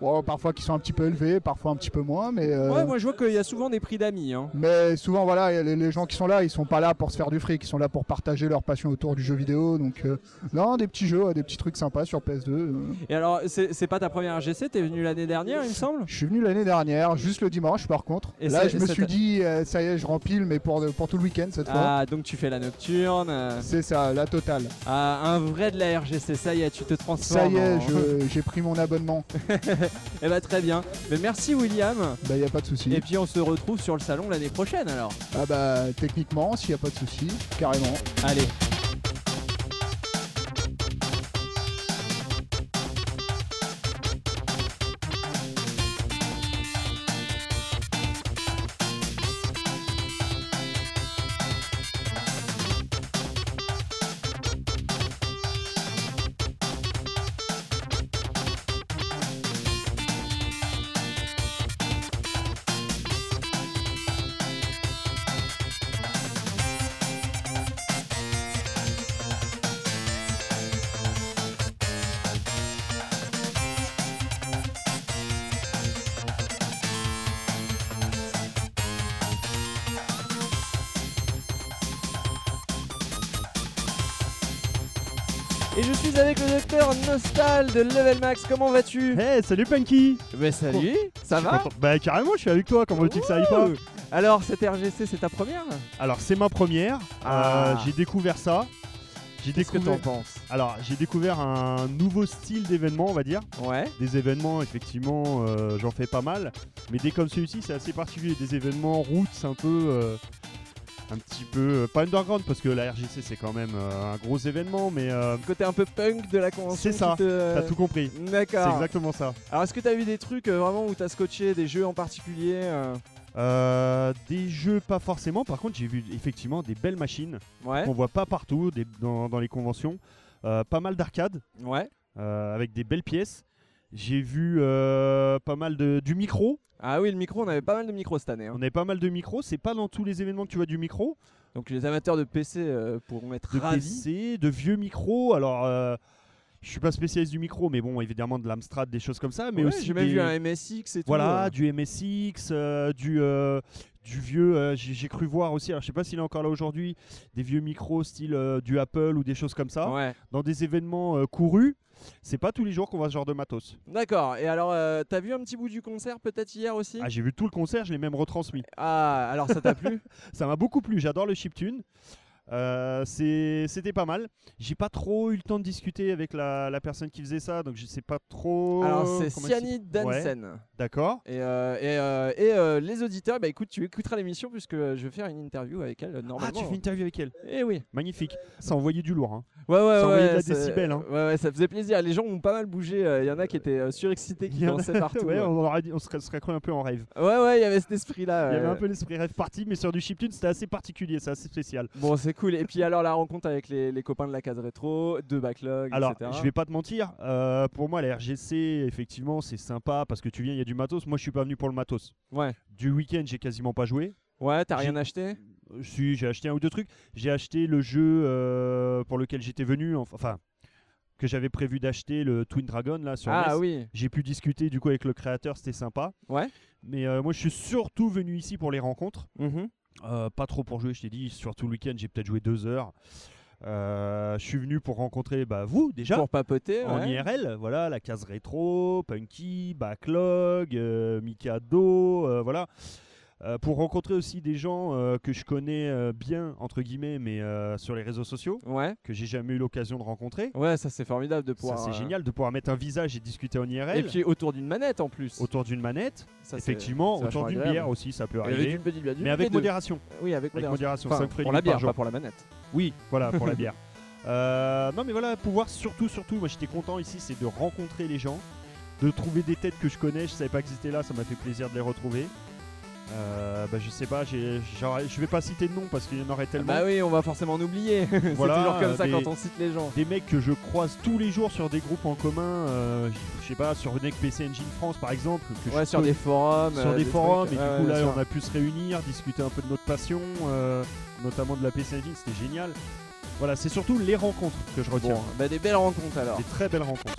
S12: Bon, parfois qui sont un petit peu élevés, parfois un petit peu moins, mais. euh,
S1: Ouais, moi je vois qu'il y a souvent des prix d'amis. hein.
S12: Mais souvent, voilà, et les, les gens qui sont là, ils sont pas là pour se faire du fric, ils sont là pour partager leur passion autour du jeu vidéo. Donc, euh, non, des petits jeux, ouais, des petits trucs sympas sur PS2. euh.
S1: Et alors, c'est c'est pas ta première RGC, t'es venu l'année dernière, il me semble
S12: Je suis venu l'année dernière, juste le dimanche par contre.
S1: Et
S12: là,
S1: ça-
S12: je me
S1: ça
S12: suis
S1: t'a-
S12: dit, euh, ça y est, je rempile, mais pour, pour tout le week-end cette fois.
S1: Ah, donc tu fais la nocturne. euh,
S12: C'est ça, la totale.
S1: ah, un vrai de la RGC, ça y est, tu te
S12: Ça
S1: transformes.
S12: y est,
S1: en-
S12: je- j'ai pris mon abonnement.
S1: Eh bah très bien. Mais merci William.
S12: Bah, y a pas de souci.
S1: Et puis on se retrouve sur le salon l'année prochaine alors.
S12: Ah bah, techniquement, s'il y a pas de souci, carrément.
S1: Allez. Et je suis avec le docteur Nostal de Level Max. Comment vas-tu
S13: Hey, Eh, salut Punky
S1: Mais salut, ça
S13: Je suis
S1: va
S13: content. Bah carrément, je suis avec toi, comment veux-tu que ça aille pas
S1: Ouh. Alors cette RGC c'est ta première
S13: Alors c'est ma première,
S1: Ah.
S13: Euh, j'ai découvert ça. J'ai
S1: Qu'est-ce que
S13: découvert...
S1: t'en penses
S13: Alors j'ai découvert un nouveau style d'événement, on va dire.
S1: Ouais.
S13: Des événements, effectivement, euh, j'en fais pas mal. Mais des comme celui-ci, c'est assez particulier. Des événements roots un peu... euh, un petit peu... euh, pas underground, parce que la RJC c'est quand même euh, un gros événement, mais... euh,
S1: Côté un peu punk de la convention.
S13: c'est
S1: qui
S13: ça,
S5: euh,
S1: te-
S13: t'as tout compris.
S1: D'accord.
S13: C'est exactement ça.
S1: Alors est-ce que t'as vu des trucs euh, vraiment où t'as scotché des jeux en particulier euh,
S13: Euh, des jeux pas forcément, par contre j'ai vu effectivement des belles machines
S1: Ouais.
S13: qu'on voit pas partout des- dans, dans les conventions, Euh, pas mal d'arcades
S1: Ouais.
S13: euh, avec des belles pièces. J'ai vu euh, pas mal de, du micro.
S1: Ah oui, le micro, on avait pas mal de micros cette année. hein.
S13: On avait pas mal de micros, c'est pas dans tous les événements que tu vois du micro.
S1: Donc les amateurs de PC euh, pourront être
S13: de
S1: ravis.
S13: PC, de vieux micros. Alors, euh, je suis pas spécialiste du micro, mais bon, évidemment de l'Amstrad, des choses comme ça. Mais
S1: Ouais,
S13: aussi
S1: j'ai même
S13: des-
S1: vu un MSX et tout,
S13: Voilà,
S1: euh.
S13: du MSX, euh, du euh, du vieux. euh, j'ai j'ai cru voir aussi. Alors, je sais pas s'il est encore là aujourd'hui. Des vieux micros style euh, du Apple ou des choses comme ça. Dans des événements euh, courus, c'est pas tous les jours qu'on voit ce genre de matos.
S1: D'accord. Et alors, euh, t'as vu un petit bout du concert peut-être hier aussi
S13: Ah, j'ai vu tout le concert, je l'ai même retransmis.
S1: Ah, alors ça t'a plu
S13: Ça m'a beaucoup plu, j'adore le chiptune. Euh, c'est- C'était pas mal. J'ai pas trop eu le temps de discuter avec la, la personne qui faisait ça, donc je sais pas trop.
S1: Alors, c'est
S13: comment il s'appelle.
S1: Cyanide Dansen.
S13: Ouais, D'accord.
S1: Et, euh, et, euh, et, euh, les auditeurs, bah écoute, tu écouteras l'émission puisque euh, je vais faire une interview avec elle euh, normalement.
S13: Ah, tu fais une interview avec elle
S1: Eh oui.
S13: Magnifique. Ça envoyait du lourd. Hein.
S1: Ouais, ouais,
S13: Ça envoyait
S1: ouais,
S13: de la
S1: ça-
S13: décibel. Hein.
S1: ouais, ouais, ça faisait plaisir. Les gens ont pas mal bougé. Il y en a qui étaient euh, surexcités, qui
S13: Il y en a-
S1: dansaient partout. euh.
S13: ouais,
S1: ouais.
S13: on, aurait dit- on serait, serait cru un peu en rêve.
S1: Ouais, ouais, il y avait cet esprit-là.
S13: Il y avait
S1: ouais.
S13: un peu l'esprit rêve parti, mais sur du chiptune, c'était assez particulier, c'est assez spécial.
S1: Bon, c'est cool. Et puis alors, la rencontre avec les, les copains de la case rétro, de Backlog,
S13: Alors,
S1: etc.
S13: je vais pas te mentir, euh, pour moi, la RGC, effectivement, c'est sympa parce que tu viens, il y a du matos. Moi, je suis pas venu pour le matos.
S1: Ouais.
S13: Du week-end, j'ai quasiment pas joué.
S1: Ouais, t'as rien
S13: J'ai-
S1: acheté
S13: Euh, Si, j'ai acheté un ou deux trucs. J'ai acheté le jeu euh, pour lequel j'étais venu, enf- enfin, que j'avais prévu d'acheter, le Twin Dragon, là, sur E
S1: Ah
S13: NES.
S1: oui.
S13: J'ai pu discuter, du coup, avec le créateur, c'était sympa.
S1: Ouais.
S13: Mais euh, moi, je suis surtout venu ici pour les rencontres.
S1: Mhm.
S13: Euh, pas trop pour jouer, je t'ai dit, surtout le week-end, j'ai peut-être joué deux heures. Euh, je suis venu pour rencontrer bah, vous déjà.
S1: Pour papoter,
S13: En
S1: ouais.
S13: IRL, voilà, la case rétro, Punky, Backlog, euh, Mikado, euh, voilà. Euh, pour rencontrer aussi des gens euh, que je connais euh, bien, entre guillemets, mais euh, sur les réseaux sociaux, que j'ai jamais eu l'occasion de rencontrer.
S1: Ouais, ça c'est formidable de pouvoir.
S13: Ça, c'est
S1: euh,
S13: génial de pouvoir mettre un visage et discuter en IRL.
S1: Et puis autour d'une manette en plus.
S13: Autour d'une manette,
S1: Ça, c'est-
S13: effectivement,
S1: c'est
S13: autour
S1: vachement
S13: d'une
S1: agréable.
S13: bière aussi, ça peut
S1: Et avec
S13: arriver.
S1: une petite bière, du-
S13: mais
S1: et
S13: avec
S1: de-
S13: modération.
S1: Oui, avec modération.
S13: modération.
S1: Enfin,
S13: cinq fruits
S1: pour la
S13: par
S1: bière,
S13: jour.
S1: pas pour la manette.
S13: Oui, voilà, pour la bière. Euh, non, mais voilà, pouvoir surtout, surtout, moi j'étais content ici, c'est de rencontrer les gens, de trouver des têtes que je connais, je savais pas que c'était là, ça m'a fait plaisir de les retrouver. Euh, bah, je sais pas, j'ai- j'aurais- je vais pas citer de nom parce qu'il y en aurait tellement.
S1: bah oui, on va forcément en oublier. c'est
S13: Voilà,
S1: toujours comme
S13: euh,
S1: ça
S13: des-
S1: quand on cite les gens.
S13: Des mecs que je croise tous les jours sur des groupes en commun, euh, je sais pas, sur NEC PC Engine France par exemple. que je
S1: Ouais, sur des forums,
S13: Sur
S1: euh,
S13: des
S1: des
S13: forums,
S1: trucs,
S13: et
S1: ouais,
S13: du coup
S1: bien
S13: là
S1: sûr.
S13: on a pu se réunir, discuter un peu de notre passion, euh, notamment de la PC Engine, c'était génial. Voilà, c'est surtout les rencontres que je retiens.
S1: Bon, bah des belles rencontres alors.
S13: Des très belles rencontres.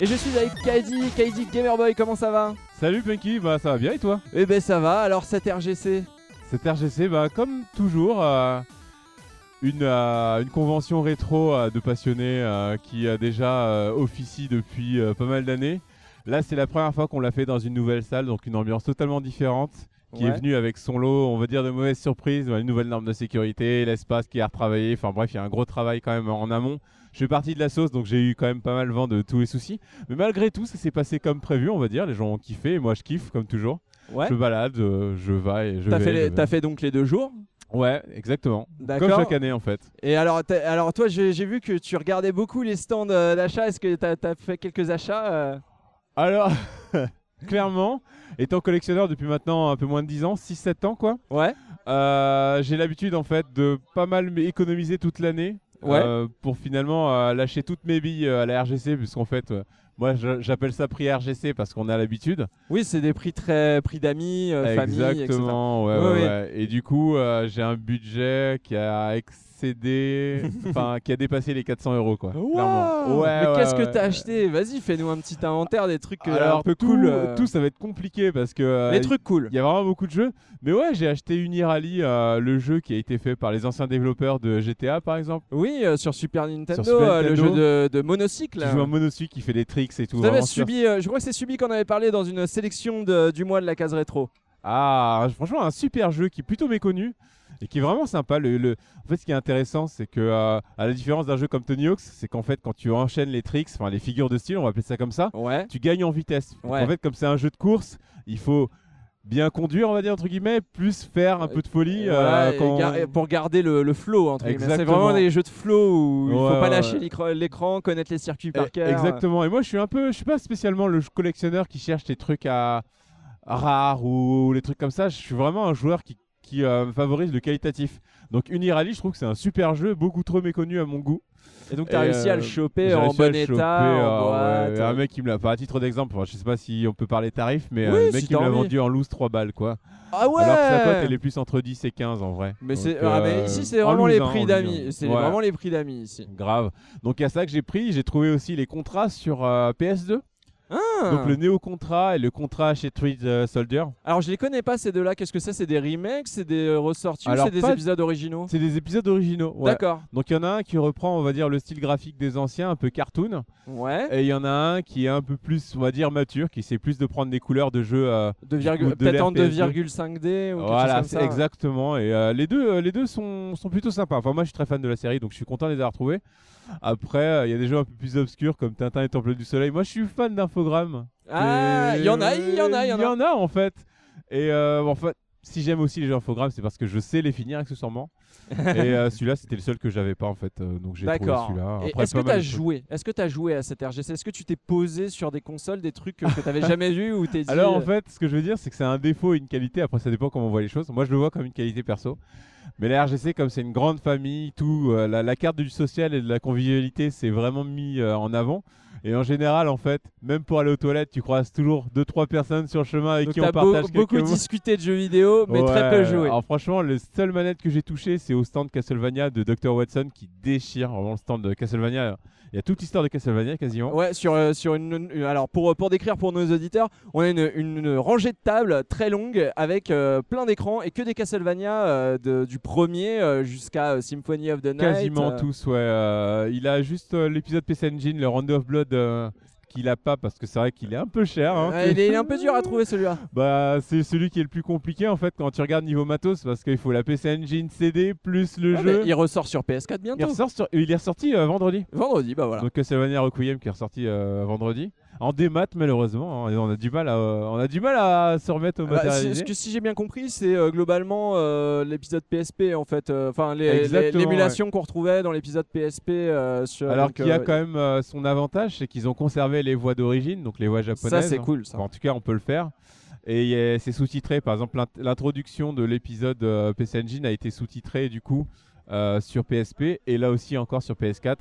S1: Et je suis avec Kaidi, Kaidi Gamerboy, comment ça va
S14: Salut Punky, bah ça va bien et toi
S1: Eh ben ça va, alors cette RGC
S14: Cette RGC, bah comme toujours, euh, une, euh, une convention rétro euh, de passionnés euh, qui a déjà euh, officie depuis euh, pas mal d'années. Là c'est la première fois qu'on l'a fait dans une nouvelle salle, donc une ambiance totalement différente. Qui
S1: Ouais.
S14: est venue avec son lot, on va dire, de mauvaises surprises, une nouvelle norme de sécurité, l'espace qui est retravaillé. Enfin bref, il y a un gros travail quand même en amont. Je fais partie de la sauce, donc j'ai eu quand même pas mal vent de tous les soucis. Mais malgré tout, ça s'est passé comme prévu, on va dire. Les gens ont kiffé, et moi je kiffe comme toujours.
S1: Ouais.
S14: Je me balade, euh, je vais et je
S1: T'as
S14: vais,
S1: fait,
S14: je
S1: les-
S14: vais.
S1: t'as fait donc les deux jours
S14: Ouais, exactement.
S1: D'accord.
S14: Comme chaque année en fait.
S1: Et alors, t'as- alors toi, j'ai j'ai vu que tu regardais beaucoup les stands euh, d'achat. Est-ce que t'as as fait quelques achats euh
S14: Alors, clairement, étant collectionneur depuis maintenant un peu moins de 10 ans, 6-7 ans quoi. Euh,
S1: Ouais.
S14: j'ai l'habitude en fait de pas mal m- économiser toute l'année.
S1: Ouais.
S14: euh, pour finalement euh, lâcher toutes mes billes euh, à la RGC, puisqu'en fait, euh, moi je- j'appelle ça prix RGC parce qu'on a l'habitude.
S1: Oui, c'est des prix très prix d'amis, euh, famille, etc.
S14: Exactement, ouais, ouais, ouais. Et du coup, euh, j'ai un budget qui a excédé, enfin, qui a dépassé les 400 euros, quoi. clairement.
S1: Wow
S14: Ouais,
S1: Mais
S14: ouais,
S1: qu'est-ce que
S14: ouais.
S1: t'as acheté Vas-y, fais-nous un petit inventaire des trucs euh,
S14: Alors,
S1: un peu
S14: tout,
S1: cool. euh.
S14: tout, ça va être compliqué parce que.
S1: Les trucs
S14: cool. Il y a vraiment beaucoup de jeux. Mais ouais, j'ai acheté Unirally, euh, le jeu qui a été fait par les anciens développeurs de GTA, par exemple.
S1: Oui, euh, sur Super Nintendo,
S14: Super
S1: euh, le jeu
S14: Nintendo.
S1: de, de monocycle.
S14: Qui joue un monocycle qui fait des tricks et tout.
S1: Vous avez
S14: vraiment super
S1: subi, euh, je crois que c'est Subi qu'on avait parlé dans une sélection de- du mois de la case rétro.
S14: Ah, franchement, un super jeu qui est plutôt méconnu et qui est vraiment sympa. Le, le- En fait, ce qui est intéressant, c'est que, euh, à la différence d'un jeu comme Tony Hawk's, c'est qu'en fait, quand tu enchaînes les tricks, enfin les figures de style, on va appeler ça comme ça, tu gagnes en vitesse. Donc,
S1: Ouais.
S14: en fait, comme c'est un jeu de course, il faut bien conduire, on va dire, entre guillemets, plus faire un peu de folie.
S1: Voilà,
S14: euh,
S1: et
S14: quand-
S1: gar- et pour garder le, le flow entre guillemets. C'est
S14: Exactement.
S1: vraiment des jeux de flow où il faut
S14: Ouais,
S1: pas
S14: ouais,
S1: lâcher
S14: ouais. Eh,
S1: l'écran- l'écran, connaître les circuits par cœur.
S14: Exactement. Et moi, je suis un peu, je suis pas spécialement le collectionneur qui cherche les trucs à rares ou les trucs comme ça. Je suis vraiment un joueur qui, qui euh, favorise le qualitatif. Donc Unirally, je trouve que c'est un super jeu, beaucoup trop méconnu à mon goût. euh,
S1: Et donc, t'as réussi à le choper
S14: j'ai
S1: en
S14: réussi à
S1: bon
S14: le
S1: état, en
S14: choper, euh, ouais.
S1: boîte.
S14: Un mec qui me l'a, enfin, à titre d'exemple, enfin, je sais pas si on peut parler tarif, mais euh,
S1: Oui,
S14: le mec
S1: si
S14: qui me
S1: t'as
S14: l'a
S1: envie.
S14: vendu en loose 3 balles quoi.
S1: Ah ouais
S14: Alors que sa cote elle est plus entre 10 et 15 en vrai.
S1: Mais
S14: Donc,
S1: c'est- ah, mais ici, c'est
S14: en
S1: vraiment les
S14: hein,
S1: prix
S14: en
S1: d'amis.
S14: hein.
S1: C'est vraiment les prix d'amis ici.
S14: Grave. Donc il y a ça que j'ai pris. J'ai trouvé aussi les contrats sur euh, PS2. Donc le Neo contrat et le contrat chez Tweed euh, Soldier.
S1: Alors je les connais pas ces deux-là. Qu'est-ce que c'est C'est des remakes, c'est des euh, ressorties, ou
S14: Alors,
S1: c'est des
S14: pas-
S1: épisodes originaux.
S14: C'est des épisodes originaux. ouais.
S1: D'accord.
S14: Donc il y en a un qui reprend, on va dire, le style graphique des anciens, un peu cartoon.
S1: Ouais.
S14: Et il y en a un qui est un peu plus, on va dire, mature, qui sait plus de prendre des couleurs de jeux. euh,
S1: De virgu-
S14: du coup, de
S1: peut-être
S14: l'ère
S1: en
S14: PS2.
S1: 2,5D ou quelque
S14: Voilà,
S1: chose comme
S14: c'est
S1: ça.
S14: exactement. Et euh, les deux, euh, les deux sont, sont plutôt sympas. Enfin, moi, je suis très fan de la série, donc je suis content de les avoir retrouvés. Après, euh, il y a des jeux un peu plus obscurs comme Tintin et Temple du Soleil. Moi, je suis fan d'infogrammes.
S1: Ah,
S14: Et-
S1: il y en a, il y en a, il y en a.
S14: Il y en a en fait. Et euh, en fait, si j'aime aussi les jeux infogrammes, c'est parce que je sais les finir accessoirement. et euh, celui-là, c'était le seul que j'avais pas en fait. euh, donc j'ai trouvé
S1: D'accord.
S14: celui-là.
S1: Et
S14: Après,
S1: Est-ce que
S14: pas mal
S1: t'as
S14: de choses.
S1: joué Est-ce que t'as joué à cette RGC Est-ce que tu t'es posé sur des consoles des trucs que t'avais jamais vu ou t'es dit euh,
S14: Alors en fait, ce que je veux dire, c'est que c'est un défaut et une qualité. Après, ça dépend comment on voit les choses. Moi, je le vois comme une qualité perso. Mais la RGC, comme c'est une grande famille, tout euh, la, la carte du social et de la convivialité, c'est vraiment mis euh, en avant. Et en général, en fait, même pour aller aux toilettes, tu croises toujours deux trois personnes sur le chemin avec
S1: Donc,
S14: qui on
S1: t'as beau-
S14: partage quelques
S1: beaucoup
S14: mots.
S1: discuté de jeux vidéo, mais très peu
S14: Ouais,
S1: joué.
S14: Alors franchement, le seul manette que j'ai touché, c'est au stand Castlevania de Dr Watson qui déchire vraiment le stand de Castlevania. Il y a toute l'histoire de Castlevania quasiment.
S1: Ouais, sur, euh, sur une, une- Alors, pour, pour décrire pour nos auditeurs, on a une, une- une rangée de tables très longue avec euh, plein d'écrans et que des Castlevania euh, de- du premier euh, jusqu'à euh, Symphony of the Night.
S14: Quasiment
S1: euh.
S14: tous, ouais. Euh, il a juste euh, l'épisode PC Engine, le Round of Blood, euh, qu'il a pas parce que c'est vrai qu'il est un peu cher. hein.
S1: Ouais, il, est, il est un peu dur à trouver celui-là.
S14: Bah, c'est celui qui est le plus compliqué en fait quand tu regardes niveau matos parce qu'il faut la PC Engine CD plus le
S1: Ouais,
S14: jeu.
S1: mais il ressort sur PS4 bientôt.
S14: Il, ressort sur- il est ressorti euh, vendredi.
S1: Vendredi, bah voilà.
S14: Donc Castlevania Requiem qui est ressorti euh, vendredi. En démat malheureusement, hein, et on a du mal à, euh, on a du mal à se remettre au
S1: Bah, c'est-
S14: matérialisé.
S1: ce que si j'ai bien compris, c'est euh, globalement euh, l'épisode PSP en fait, euh, enfin les- les-
S14: Exactement,
S1: l'émulation qu'on retrouvait dans l'épisode PSP. euh, sur,
S14: Alors
S1: donc,
S14: qu'il y a
S1: euh,
S14: quand même euh, son avantage, c'est qu'ils ont conservé les voix d'origine, donc les voix japonaises.
S1: c'est cool, ça.
S14: Enfin, en tout cas, on peut le faire. Et il y a- c'est sous-titré. Par exemple, l'int- l'introduction de l'épisode euh, PC Engine a été sous-titrée du coup euh, sur PSP et là aussi encore sur PS4.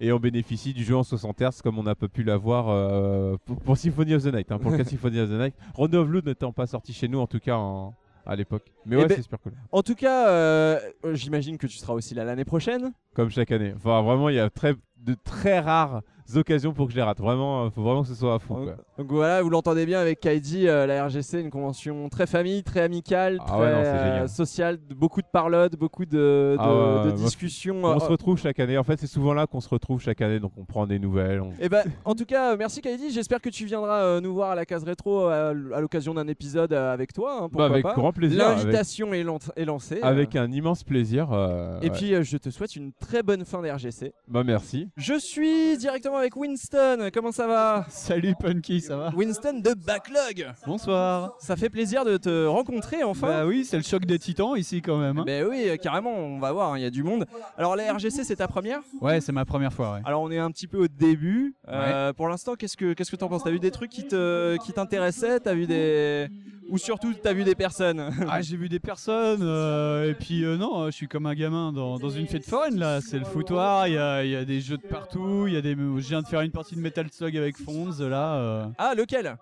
S14: Et on bénéficie du jeu en 60 Hz comme on a pas pu l'avoir euh, pour, pour Symphony of the Night. hein, pour le cas de Symphony of the Night. Round of Blood n'étant pas sorti chez nous, en tout cas en- à l'époque. Mais
S1: Eh
S14: ouais,
S1: ben,
S14: c'est super cool.
S1: En tout cas, euh, j'imagine que tu seras aussi là l'année prochaine.
S14: Comme chaque année. Enfin, vraiment, il y a très, de très rares occasions pour que je les rate. Vraiment, euh, faut vraiment que ce soit à fond. quoi.
S1: Donc voilà, vous l'entendez bien avec Kaidi, euh, la RGC, une convention très famille, très amicale,
S14: Ah
S1: très
S14: ouais, non, c'est
S1: euh,
S14: génial.
S1: sociale, de- beaucoup de parlotes, beaucoup de, de-
S14: Ah ouais,
S1: de
S14: moi,
S1: discussions.
S14: On
S1: euh,
S14: se retrouve chaque année. En fait, c'est souvent là qu'on se retrouve chaque année. Donc, on prend des nouvelles. on-
S1: Eh ben, en tout cas, euh, merci Kaidi. J'espère que tu viendras euh, nous voir à la case rétro euh, à l'occasion d'un épisode euh, avec toi.
S15: Bah,
S1: hein, pourquoi
S14: avec
S1: pas.
S14: grand plaisir, avec-
S1: L'invitation est, lan- est lancée. euh,
S14: Avec un immense plaisir. euh,
S1: Et
S14: ouais.
S1: puis, euh, je te souhaite une très bonne fin d'RGC.
S14: Bah, merci.
S1: Je suis directement avec Winston. Comment ça va
S15: Salut Punky, ça va
S1: Winston de Backlog.
S15: Bonsoir.
S1: Ça fait plaisir de te rencontrer enfin.
S15: Bah oui, c'est le choc des titans ici quand même. hein.
S1: Ben oui, euh, carrément, on va voir, il y a du monde. Alors la RGC, c'est ta première
S15: Ouais, c'est ma première fois. Ouais.
S1: Alors Euh, on est un petit peu au début. Euh, pour l'instant, qu'est-ce que qu'est-ce que t'en penses T'as vu des trucs qui te qui t'intéressaient T'as vu des ou surtout t'as vu des personnes
S15: Ah, j'ai vu des personnes, euh, et puis euh, non, euh, je suis comme un gamin dans, dans une fête foraine là, c'est le foutoir, il y a, il y a des jeux de partout, il y a des. Je viens de faire une partie de Metal Slug avec Fonz là. euh.
S1: Ah lequel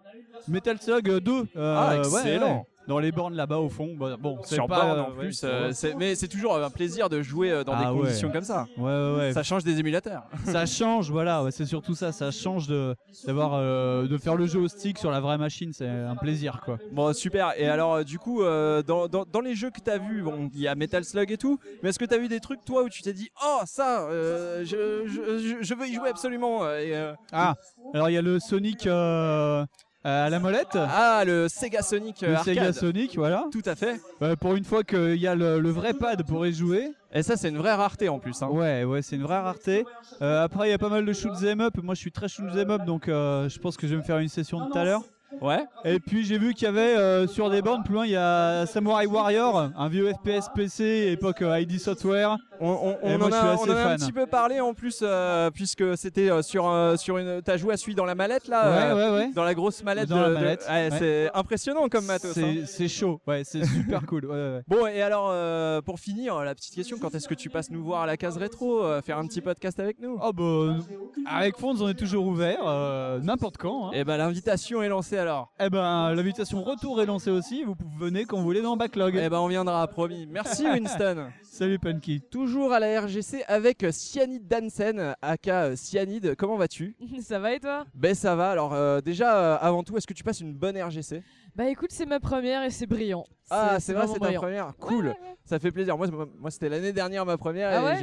S15: Metal Slug euh, 2. euh,
S1: Ah,
S15: ouais,
S1: excellent.
S15: ouais. Dans les bornes là-bas au fond. Bon, bon, c'est
S1: Sur
S15: pas,
S1: borne en
S15: euh, ouais,
S1: plus.
S15: sur
S1: euh,
S15: borne.
S1: c'est- mais c'est toujours un plaisir de jouer euh, dans
S15: Ah
S1: des
S15: ouais.
S1: conditions comme ça.
S15: Ouais, ouais, ouais.
S1: Ça change des émulateurs.
S15: ça change, voilà, ouais, c'est surtout ça, ça change de d'avoir euh, de faire le jeu au stick sur la vraie machine, c'est un plaisir quoi.
S1: Bon, super. Et alors, euh, du coup, euh, dans, dans- dans les jeux que t'as vu, bon, il y a Metal Slug et tout, mais est-ce que t'as vu des trucs, toi, où tu t'es dit, oh, ça, euh, je, je- je- je veux y jouer absolument euh, et, euh,
S15: Ah, alors il y a le Sonic euh, à la molette.
S1: Ah, le Sega Sonic euh,
S15: Le
S1: arcade.
S15: Sega Sonic, voilà.
S1: Tout à fait.
S15: Ouais, pour une fois qu'il y a le, le vrai pad pour y jouer.
S1: Et ça, c'est une vraie rareté en plus. hein.
S15: Ouais, ouais, c'est une vraie rareté. Euh, après, il y a pas mal de shoot 'em up. Moi, je suis très shoot 'em up, donc euh, je pense que je vais me faire une session de tout à l'heure.
S1: Ouais.
S15: Et puis j'ai vu qu'il y avait euh, sur des bornes plus loin, il y a Samurai Warrior, un vieux FPS PC époque euh, ID Software.
S1: On
S15: Et moi,
S1: en,
S15: je
S1: a,
S15: suis assez
S1: on en a un
S15: fan.
S1: petit peu parlé en plus, euh, puisque c'était euh, sur, euh, sur une. T'as joué à celui dans la mallette là
S15: Ouais,
S1: euh,
S15: ouais, ouais.
S1: Dans la grosse mallette.
S15: Dans la
S1: de- de-
S15: mallette,
S1: Ouais,
S15: ouais.
S1: C'est impressionnant comme matos.
S15: C'est-
S1: hein.
S15: C'est chaud, ouais, c'est super cool. ouais, ouais, ouais.
S1: Bon, et alors, euh, pour finir, la petite question quand est-ce que tu passes nous voir à la case rétro euh, Faire un petit podcast avec nous
S15: Oh, bah, avec Fonds, on est toujours ouvert, euh, n'importe quand.
S1: Et ben, l'invitation est lancée alors.
S15: Eh ben, l'invitation retour est lancée aussi. Vous pouvez- venez quand vous voulez dans Backlog.
S1: Eh ben, on viendra, promis. Merci Winston.
S15: Salut Punky.
S1: Toujours à la RGC avec euh, Cyanide Dansen, aka euh, Cyanide. Comment vas-tu
S16: Ça va et toi
S1: Ben, ça va. Alors, euh, déjà, euh, avant tout, est-ce que tu passes une bonne RGC
S16: Bah écoute, c'est ma première et c'est brillant.
S1: Ah, c'est vrai,
S16: vraiment
S1: c'est ta
S16: brillant.
S1: première. Cool. Ça fait plaisir. Moi, c'est- moi c'était l'année dernière ma première.
S16: Ah
S1: et
S16: ouais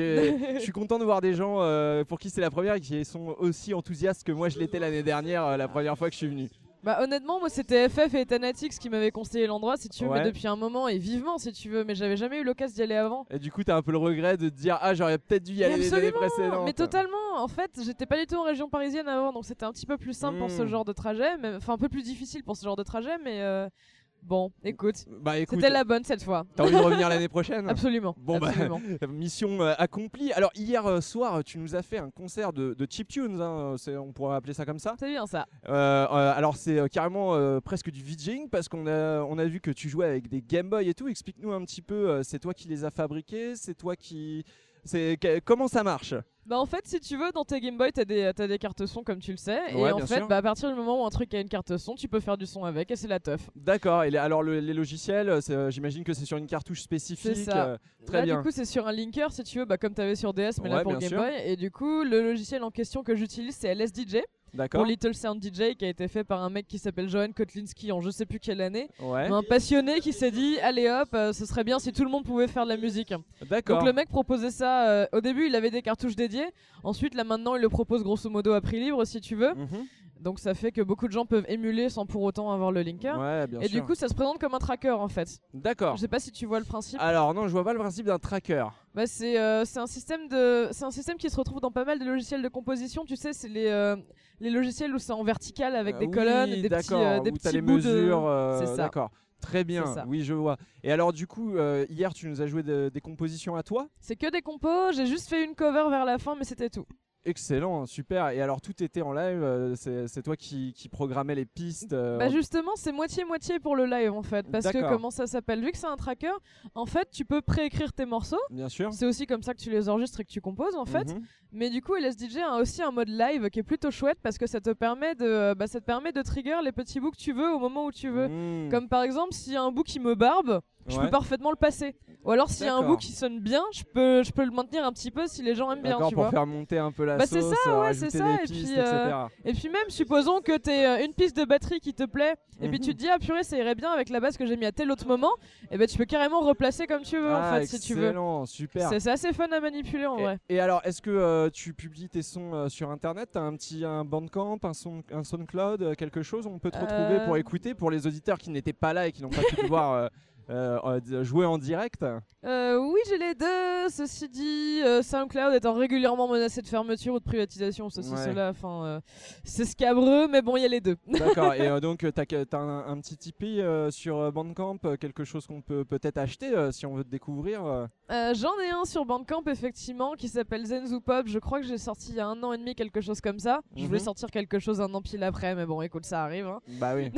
S1: j'ai- je suis content de voir des gens euh, pour qui c'est la première et qui sont aussi enthousiastes que moi je l'étais l'année dernière, euh, la première fois que je suis venu.
S16: Bah honnêtement, moi c'était FF et Thanatix qui m'avaient conseillé l'endroit si tu veux,
S1: Ouais.
S16: mais depuis un moment et vivement si tu veux, mais j'avais jamais eu l'occasion d'y aller avant.
S1: Et du coup, t'as un peu le regret de te dire Ah, j'aurais peut-être dû y aller les années
S16: Absolument,
S1: précédentes.
S16: Mais totalement, en fait, j'étais pas du tout en région parisienne avant, donc c'était un petit peu plus simple pour ce
S1: Mm.
S16: genre de trajet, mais- enfin un peu plus difficile pour ce genre de trajet, mais euh, bon, écoute,
S1: Bah, écoute,
S16: c'était la bonne cette fois.
S1: T'as envie de revenir l'année prochaine
S16: Absolument.
S1: Bon, bah,
S16: absolument.
S1: mission euh, accomplie. Alors, hier euh, soir, tu nous as fait un concert de, de chiptunes, hein, c'est- on pourrait appeler ça comme ça.
S16: C'est bien ça.
S1: Euh, euh, alors c'est euh, carrément euh, presque du VJing parce qu'on a, on a vu que tu jouais avec des Game Boy et tout. Explique-nous un petit peu, euh, c'est toi qui les as fabriqués, c'est toi qui... c'est que- Comment ça marche
S16: Bah en fait, si tu veux, dans tes Game Boy, t'as des, t'as des cartes son comme tu le sais,
S1: Ouais,
S16: et en
S1: bien
S16: fait,
S1: sûr.
S16: bah, à partir du moment où un truc a une carte son, tu peux faire du son avec, et c'est la teuf.
S1: D'accord, et les- alors le- les logiciels, euh, c'est, euh, j'imagine que c'est sur une cartouche spécifique.
S16: C'est ça.
S1: euh, très
S16: là,
S1: bien.
S16: du coup, c'est sur un linker, si tu veux, bah, comme tu avais sur DS, mais
S1: Ouais,
S16: là pour
S1: bien
S16: Game
S1: sûr.
S16: Boy. Et du coup, le logiciel en question que j'utilise, c'est LSDJ.
S1: D'accord.
S16: Pour Little Sound DJ, qui a été fait par un mec qui s'appelle Johan Kotlinski en je sais plus quelle année.
S1: Ouais.
S16: Mais Un passionné qui s'est dit, allez hop, euh, ce serait bien si tout le monde pouvait faire de la musique.
S1: D'accord.
S16: Donc le mec proposait ça. euh, au début, il avait des cartouches dédiées. Ensuite, là maintenant, il le propose grosso modo à prix libre, si tu veux.
S1: Mhm.
S16: Donc ça fait que beaucoup de gens peuvent émuler sans pour autant avoir le linker.
S1: Ouais, bien
S16: Et du
S1: sûr.
S16: coup, ça se présente comme un tracker en fait.
S1: D'accord.
S16: Je sais pas si tu vois le principe.
S1: Alors non, je vois pas le principe d'un tracker.
S16: Bah, c'est euh, c'est un système de c'est un système qui se retrouve dans pas mal de logiciels de composition. Tu sais, c'est les euh, les logiciels où c'est en vertical avec
S1: Euh,
S16: des
S1: oui,
S16: colonnes et des petits
S1: d'accord,
S16: euh, des
S1: où t'as
S16: petits
S1: les
S16: bouts
S1: mesures.
S16: de.
S1: euh,
S16: c'est ça.
S1: D'accord. Très bien,
S16: C'est ça.
S1: oui je vois. Et alors du coup, euh, hier tu nous as joué de- des compositions à toi
S16: C'est que des compos. J'ai juste fait une cover vers la fin, mais c'était tout.
S1: Excellent, super. Et alors tout était en live, euh, c'est c'est toi qui, qui programmais les pistes. euh,
S16: Bah
S1: en-
S16: justement, c'est moitié-moitié pour le live en fait. Parce que
S1: D'accord.
S16: comment ça s'appelle Vu que c'est un tracker, en fait, tu peux préécrire tes morceaux.
S1: Bien sûr.
S16: C'est aussi comme ça que tu les enregistres et que tu composes en fait.
S1: Mhm.
S16: Mais du coup, LSDJ a aussi un mode live qui est plutôt chouette parce que ça te permet de, euh, bah,
S1: Hmm.
S16: ça te permet de trigger les petits bouts que tu veux au moment où tu veux. Comme par exemple, s'il y a un bout qui me barbe, je
S17: Ouais.
S16: peux parfaitement le passer. Ou alors s'il y a un
S1: D'accord.
S16: bout qui sonne bien, je peux, je peux le maintenir un petit peu si les gens aiment bien.
S1: D'accord,
S16: tu
S1: pour
S16: vois.
S1: faire monter un peu la
S16: bah, c'est
S1: sauce,
S16: ça,
S1: euh,
S16: ouais, c'est
S1: rajouter
S16: ça.
S1: des
S16: Et
S1: pistes,
S16: puis, euh,
S1: etc..
S16: et puis même, supposons que tu aies une piste de batterie qui te plaît, et puis tu
S1: Mhm.
S16: te dis, ah purée, ça irait bien avec la basse que j'ai mis à tel autre moment, et ben tu peux carrément replacer comme tu veux, en
S1: Ah,
S16: fait, si tu veux.
S1: excellent, super.
S16: C'est c'est assez fun à manipuler en
S1: Et,
S16: vrai.
S1: et alors, est-ce que euh, tu publies tes sons euh, sur internet T'as un petit un Bandcamp, un, son, un Soundcloud, euh, quelque chose où On peut te retrouver
S16: Euh.
S1: pour écouter pour les auditeurs qui n'étaient pas là et qui n'ont pas pu te voir euh, euh, euh, d- jouer en direct.
S16: Euh, oui, j'ai les deux. Ceci dit, euh, SoundCloud étant régulièrement menacé de fermeture ou de privatisation, ceci,
S1: Ouais.
S16: cela, enfin, euh, c'est scabreux, mais bon, il y a les deux.
S1: D'accord, et euh, donc euh, t'as que- t'as un, un petit Tipeee euh, sur euh, Bandcamp, euh, quelque chose qu'on peut peut-être acheter euh, si on veut te découvrir. euh.
S16: Euh, J'en ai un sur Bandcamp, effectivement, qui s'appelle Zenzu Pop. Je crois que j'ai sorti il y a un an et demi, quelque chose comme ça. Je voulais
S1: Mhm.
S16: sortir quelque chose un an pile après, mais bon, écoute, ça arrive. hein.
S1: Bah oui.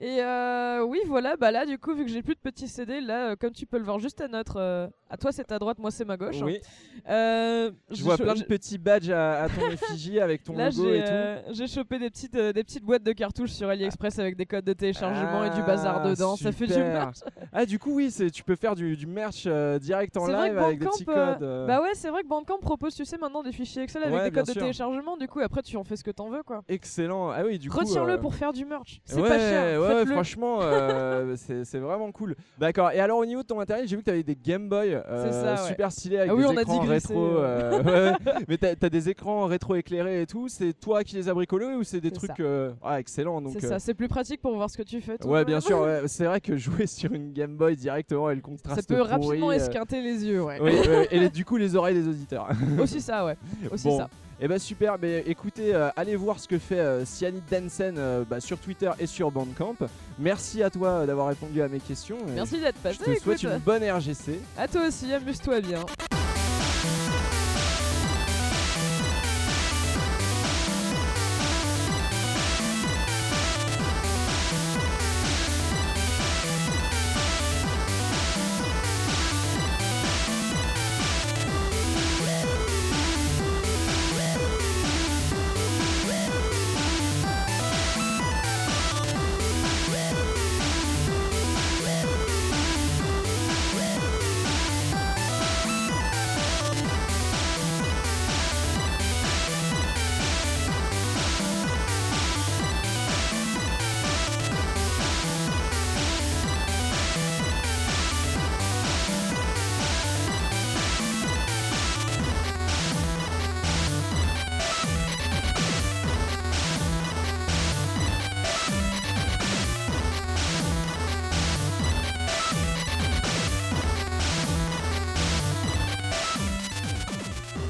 S16: Et euh, oui, voilà, bah là, du coup, vu que j'ai plus de petits CD, là, euh, comme tu peux le voir juste à notre. euh, à toi, c'est ta droite, moi, c'est ma gauche.
S1: Oui.
S16: hein. Euh,
S1: Je
S16: j'ai
S1: vois
S16: cho-
S1: plein
S16: j'ai-
S1: de petits badges à, à ton effigie avec ton
S16: Là,
S1: logo
S16: j'ai,
S1: et tout.
S16: euh, j'ai chopé des petites, euh, des petites boîtes de cartouches sur AliExpress avec des codes de téléchargement et du bazar
S1: Ah,
S16: dedans. Ça fait du
S1: super.
S16: merch.
S1: Ah, du coup, oui, c'est- tu peux faire du, du merch euh, direct en
S16: C'est
S1: live
S16: vrai que
S1: avec des
S16: Bandcamp,
S1: petits
S16: euh,
S1: codes. euh.
S16: Bah ouais, c'est vrai que Bandcamp propose, tu sais, maintenant des fichiers Excel avec
S1: Ouais,
S16: des codes
S1: bien
S16: de
S1: sûr.
S16: téléchargement. Du coup, après, tu en fais ce que t'en veux, quoi.
S1: Excellent. Ah oui, du coup.
S16: Retire-le
S1: euh,
S16: pour faire du merch. C'est
S1: ouais,
S16: pas cher.
S1: ouais,
S16: faites-le.
S1: franchement, euh, c'est c'est vraiment cool. D'accord. Et alors, au niveau de ton matériel, j'ai vu que tu avais des Game Boy euh,
S16: C'est ça, ouais.
S1: super stylés avec
S16: Ah oui,
S1: des
S16: on a
S1: écrans
S16: digressé,
S1: rétro.
S16: euh.
S1: euh, ouais, ouais. Mais tu as, des écrans rétro éclairés et tout. C'est toi qui les as bricolés ou c'est des trucs.
S16: ça.
S1: euh, Ah, excellent. donc,
S16: C'est
S1: euh,
S16: ça, c'est plus pratique pour voir ce que tu fais. tout
S1: Ouais,
S16: de
S1: bien
S16: même.
S1: sûr. ouais. C'est vrai que jouer sur une Game Boy directement et le contraste.
S16: Ça peut
S1: pourri,
S16: rapidement
S1: euh,
S16: esquinter les yeux, ouais.
S1: oui, euh, et les- du coup les oreilles des auditeurs.
S16: Aussi ça, ouais. Aussi ça.
S1: Et bah super, mais écoutez, euh, allez voir ce que fait euh, Cyanide Dansen euh, bah, sur Twitter et sur Bandcamp. Merci à toi euh, d'avoir répondu à mes questions. et
S16: Merci d'être passé.
S1: Je te souhaite
S16: écoute.
S1: une bonne RGC.
S16: À toi aussi, amuse-toi bien.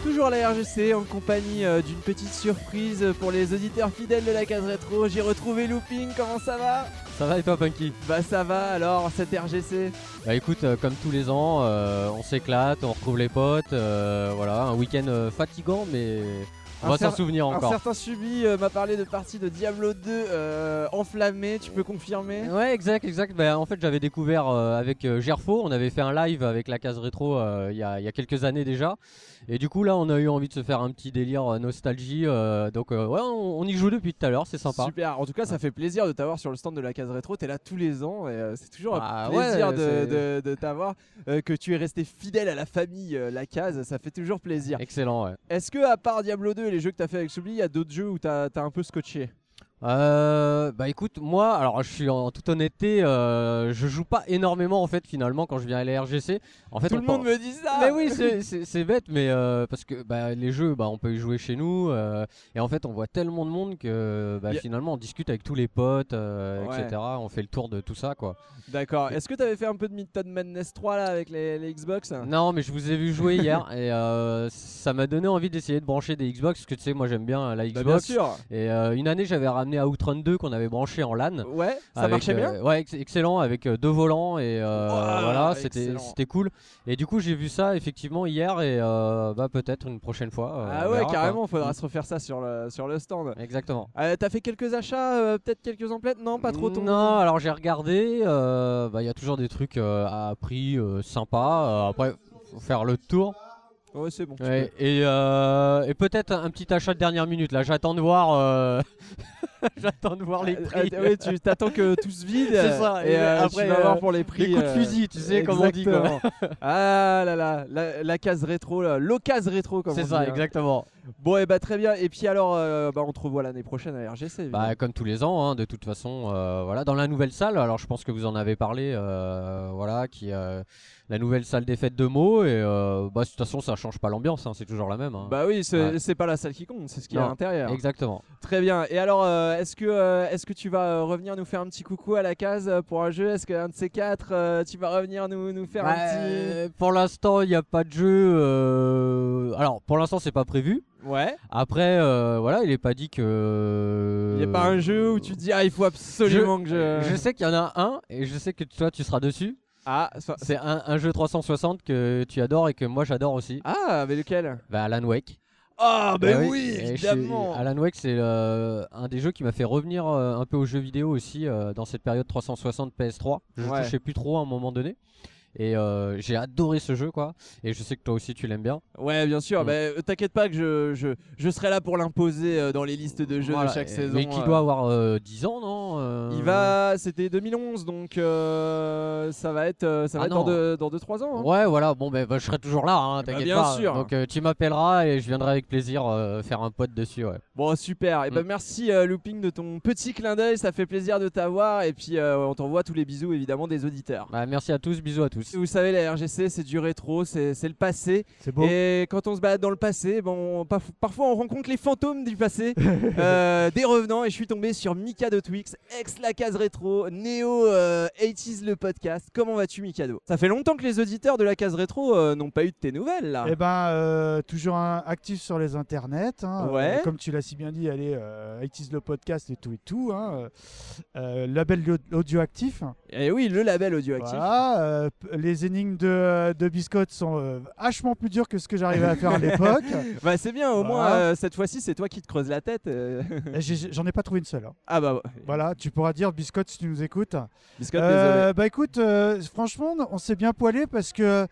S18: Toujours à la RGC en compagnie euh, d'une petite surprise pour les auditeurs fidèles de la case rétro. J'ai retrouvé Looping, comment ça va
S19: Ça va et toi, Punky
S18: Bah ça va alors, cette RGC.
S19: Bah écoute, euh, comme tous les ans, euh, on s'éclate, on retrouve les potes, euh, voilà, un week-end euh, fatigant, mais on
S18: Un
S19: va s'en
S18: cer-
S19: souvenir
S18: Un
S19: encore.
S18: certain Subi euh, m'a parlé de partie de Diablo 2 euh, enflammée, tu peux confirmer
S19: Ouais, exact, exact. Bah, en fait, j'avais découvert euh, avec euh, Gerfo, on avait fait un live avec la case rétro euh, il y, a, il y a quelques années déjà. Et du coup, là, on a eu envie de se faire un petit délire euh, nostalgie. euh, donc, euh, ouais, on, on y joue depuis tout à l'heure, c'est sympa.
S1: Super, en tout cas ça fait plaisir de t'avoir sur le stand de la case rétro, t'es là tous les ans et euh, c'est toujours
S19: Ah
S1: un plaisir
S19: ouais,
S1: de-
S19: c'est-
S1: de, de t'avoir, euh, que tu es resté fidèle à la famille euh, la case, ça fait toujours plaisir.
S19: Excellent, ouais.
S1: Est-ce que à part Diablo 2 et les jeux que t'as fait avec Subi, il y a d'autres jeux où t'as t'as un peu scotché
S19: Euh, bah écoute, moi, alors je suis en toute honnêteté, euh, je joue pas énormément en fait finalement quand je viens à la RGC. En fait,
S18: Tout
S19: on
S18: le
S19: pen-
S18: monde me dit ça
S19: Mais oui, c'est- c'est c'est bête, mais euh, parce que bah, les jeux, bah, on peut y jouer chez nous, euh, et en fait, on voit tellement de monde que bah,
S1: Y a-
S19: finalement, on discute avec tous les potes, euh,
S1: Ouais.
S19: etc. On fait le tour de tout ça, quoi.
S1: D'accord, est-ce que t'avais fait un peu de Midtown Madness 3 là avec les, les Xbox
S19: Non, mais je vous ai vu jouer hier et euh, ça m'a donné envie d'essayer de brancher des Xbox parce que tu sais, moi j'aime bien euh, la
S1: Bah, bien
S19: Xbox.
S1: sûr.
S19: Et euh, une année, j'avais ramené Outrun 2 qu'on avait branché en LAN. euh,
S1: Ouais, ça marchait bien
S19: Ouais, ex- excellent avec euh, deux volants et euh,
S1: Ouah,
S19: voilà, c'était
S1: excellent.
S19: c'était cool. Et du coup, j'ai vu ça effectivement hier et euh, bah peut-être une prochaine fois. euh,
S1: Ah
S19: on
S1: ouais,
S19: verra, quoi.
S1: carrément, faudra
S19: Mm.
S1: se refaire ça sur le, sur le stand.
S19: Exactement.
S1: Euh, T'as fait quelques achats, euh, peut-être quelques emplettes Non, pas trop ton.
S19: Non, alors j'ai regardé, euh, bah, il y a toujours des trucs euh, à prix euh, sympa. euh, après, faut faire le tour.
S1: Ouais, c'est bon. tu
S19: Ouais,
S1: peux.
S19: et euh, et peut-être un petit achat de dernière minute. Là, j'attends de voir euh, J'attends de voir les
S1: Ah,
S19: prix.
S1: ah, ouais, tu t'attends que tout se vide.
S19: C'est ça.
S1: Et, euh, tu
S19: après,
S1: vas voir
S19: euh,
S1: pour les prix.
S19: Les coups de
S1: euh,
S19: fusil, tu sais, comme on dit. quoi.
S1: exactement. ah là là, la, la case rétro, là, l'ocase rétro, comme on
S19: C'est
S1: dit.
S19: ça,
S1: hein.
S19: exactement.
S1: Bon, et bah très bien. Et puis alors, euh, bah, on te revoit l'année prochaine à RGC. évidemment.
S19: Bah, comme tous les ans, hein, de toute façon, euh, voilà, dans la nouvelle salle. Alors, je pense que vous en avez parlé, euh, voilà, qui euh, la nouvelle salle des fêtes de mots. Et euh, bah, de toute façon, ça change pas l'ambiance, hein, c'est toujours la même. hein.
S1: Bah oui, c'est
S19: Ouais.
S1: c'est pas la salle qui compte, c'est ce qu'il y a à
S19: Non,
S1: l'intérieur.
S19: Exactement.
S1: Très bien. Et alors, euh, est-ce que, euh, est-ce que tu vas euh, revenir nous faire un petit coucou à la case euh, pour un jeu Est-ce qu'un de ces quatre, euh, tu vas revenir nous, nous faire un petit.
S19: Euh, Pour l'instant, il n'y a pas de jeu. euh, Alors, pour l'instant, c'est pas prévu.
S1: Ouais.
S19: Après, euh, voilà, il est pas dit que.
S1: Il n'y a pas un jeu où tu te dis, ah, il faut absolument que je.
S19: Je sais qu'il y en a un et je sais que toi tu seras dessus.
S1: Ah,
S19: c'est un, un jeu 360 que tu adores et que moi j'adore aussi.
S1: Ah, mais lequel
S19: Bah Alan Wake.
S1: Ah, bah
S19: Bah
S1: oui,
S19: et je suis-
S1: évidemment.
S19: Alan Wake, c'est euh, un des jeux qui m'a fait revenir euh, un peu aux jeux vidéo aussi euh, dans cette période 360 PS3. Je
S1: Ouais.
S19: touchais plus trop à un moment donné. Et euh, j'ai adoré ce jeu, quoi. Et je sais que toi aussi tu l'aimes bien.
S1: Ouais, bien sûr.
S19: Mm.
S1: bah, euh, t'inquiète pas que je, je, je serai là pour l'imposer euh, dans les listes de jeux
S19: Voilà,
S1: de chaque
S19: et-
S1: saison.
S19: Mais qui
S1: euh.
S19: doit avoir euh, 10 ans, non Euh,
S1: Il va, c'était 2011, donc euh, ça va être, euh, ça va
S19: Ah
S1: être dans
S19: non.
S1: 2 dans deux, trois ans. hein.
S19: Ouais, voilà, bon, ben, ben, je serai toujours là, hein, t'inquiète
S1: Eh bien
S19: pas.
S1: sûr.
S19: Donc euh, tu m'appelleras et je viendrai avec plaisir euh, faire un pote dessus, ouais.
S1: Bon, super. Et
S5: Mm.
S1: ben merci euh, Looping de ton petit clin d'œil, ça fait plaisir de t'avoir. Et puis euh, on t'envoie tous les bisous évidemment des auditeurs.
S19: Bah, merci à tous, bisous à tous.
S1: Vous savez, la RGC c'est du rétro, c'est c'est le passé. Et quand on se balade dans le passé, bon, on- parf- parfois on rencontre les fantômes du passé, euh, des revenants. Et je suis tombé sur Mika de Twix, ex la case rétro, Néo euh, 80s le podcast. Comment vas-tu Mikado Ça fait longtemps que les auditeurs de la case rétro euh, n'ont pas eu de tes nouvelles là.
S5: Eh ben, euh, toujours un- actif sur les internets. hein.
S1: Ouais.
S5: Euh, comme tu l'as si bien dit, allez, euh, iTunes le podcast et tout et tout. hein. Euh, label d'au- audioactif.
S1: Et Eh oui, le label audioactif.
S5: Voilà, euh, p- les énigmes de, de Biscotte sont euh, vachement plus dures que ce que j'arrivais à faire à l'époque.
S1: bah c'est bien, au moins
S5: Voilà.
S1: euh, cette fois-ci c'est toi qui te creuses la tête. euh.
S5: Et j'ai- J'en ai pas trouvé une seule. hein.
S1: ah bah
S5: Voilà, tu pourras dire Biscotte si tu nous écoutes.
S1: Biscotte, désolé.
S5: Bah écoute, euh, franchement, on s'est bien poilé parce que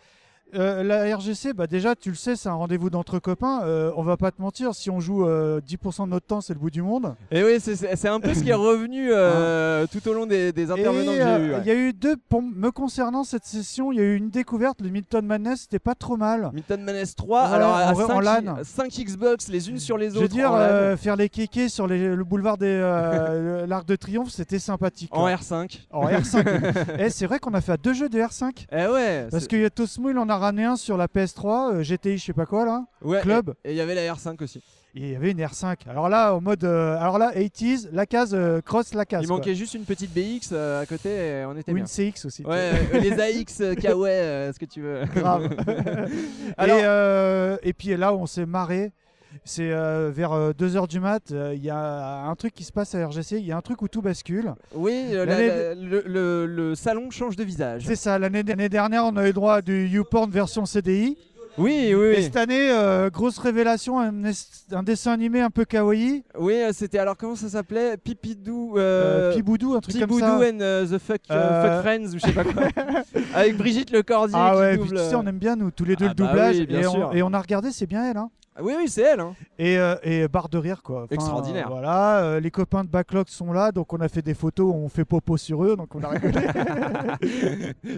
S5: euh, la RGC, bah déjà, tu le sais, c'est un rendez-vous d'entre copains. Euh, on va pas te mentir, si on joue euh, 10% de notre temps, c'est le bout du monde.
S1: Et oui, c'est- c'est c'est un peu ce qui est revenu euh, tout au long des, des
S5: Hein Et,
S1: intervenants que j'ai eu.
S5: euh, Il y a eu deux, pour me concernant cette session, il y a eu une découverte, le Milton Madness, c'était pas trop mal.
S1: Milton Madness 3,
S5: Ouais,
S1: alors
S5: en- en LAN.
S1: à 5 Xbox les unes sur les autres.
S5: Je veux dire,
S1: en, LAN.
S5: euh, faire les kékés sur les- le boulevard de l'Arc de Triomphe, c'était sympathique.
S1: En
S5: hein.
S1: R5.
S5: En R5. Eh, c'est vrai qu'on a fait à deux jeux de R5.
S1: Eh ouais.
S5: Parce
S1: c'est-
S5: que Tosmo, il en a ramené un sur la PS3, euh, GTI, je sais pas quoi là.
S1: Ouais,
S5: Club.
S1: Et et il y avait la R5 aussi.
S5: Et il y avait une R5. Alors là, en mode. euh, alors là, 80s, la case, euh, cross la case.
S1: Il
S5: quoi.
S1: manquait juste une petite BX euh, à côté et on était
S5: Ou
S1: bien.
S5: une CX aussi.
S1: Ouais, euh, les AX, euh, Kawaii, euh, ce que tu veux.
S5: Grave. et, euh, et puis là, on s'est marré. C'est euh, vers 2h du mat. euh, Il y a un truc qui se passe à RGC. Il y a un truc où tout bascule.
S1: Oui, euh, la-
S5: L'année-
S1: la- le, le- le salon change de visage.
S5: C'est ça. L'année l'année dernière, on a eu droit à du YouPorn version CDI.
S1: Oui, oui.
S5: Et cette année, euh, grosse révélation, un, es- un dessin animé un peu kawaii.
S1: Oui, euh, c'était alors comment ça s'appelait Pipidou.
S5: Euh, Piboudou, un truc comme
S1: Piboudou
S5: ça.
S1: and euh, the fuck, euh,
S5: Euh,
S1: fuck Friends ou je sais pas quoi. Avec Brigitte Lecordier.
S5: Ah
S1: qui
S5: ouais,
S1: double,
S5: puis tu sais,
S1: euh,
S5: on aime bien nous tous les deux
S1: Ah
S5: le
S1: bah
S5: doublage.
S1: oui, bien
S5: et, on,
S1: sûr.
S5: et on a regardé, c'est bien elle. Hein.
S1: Oui, oui, c'est elle. hein.
S5: Et, euh, et barre de rire quoi. Enfin,
S1: Extraordinaire.
S5: euh, voilà, euh, les copains de Backlog sont là, donc on a fait des photos, on fait popo sur eux, donc on a rigolé.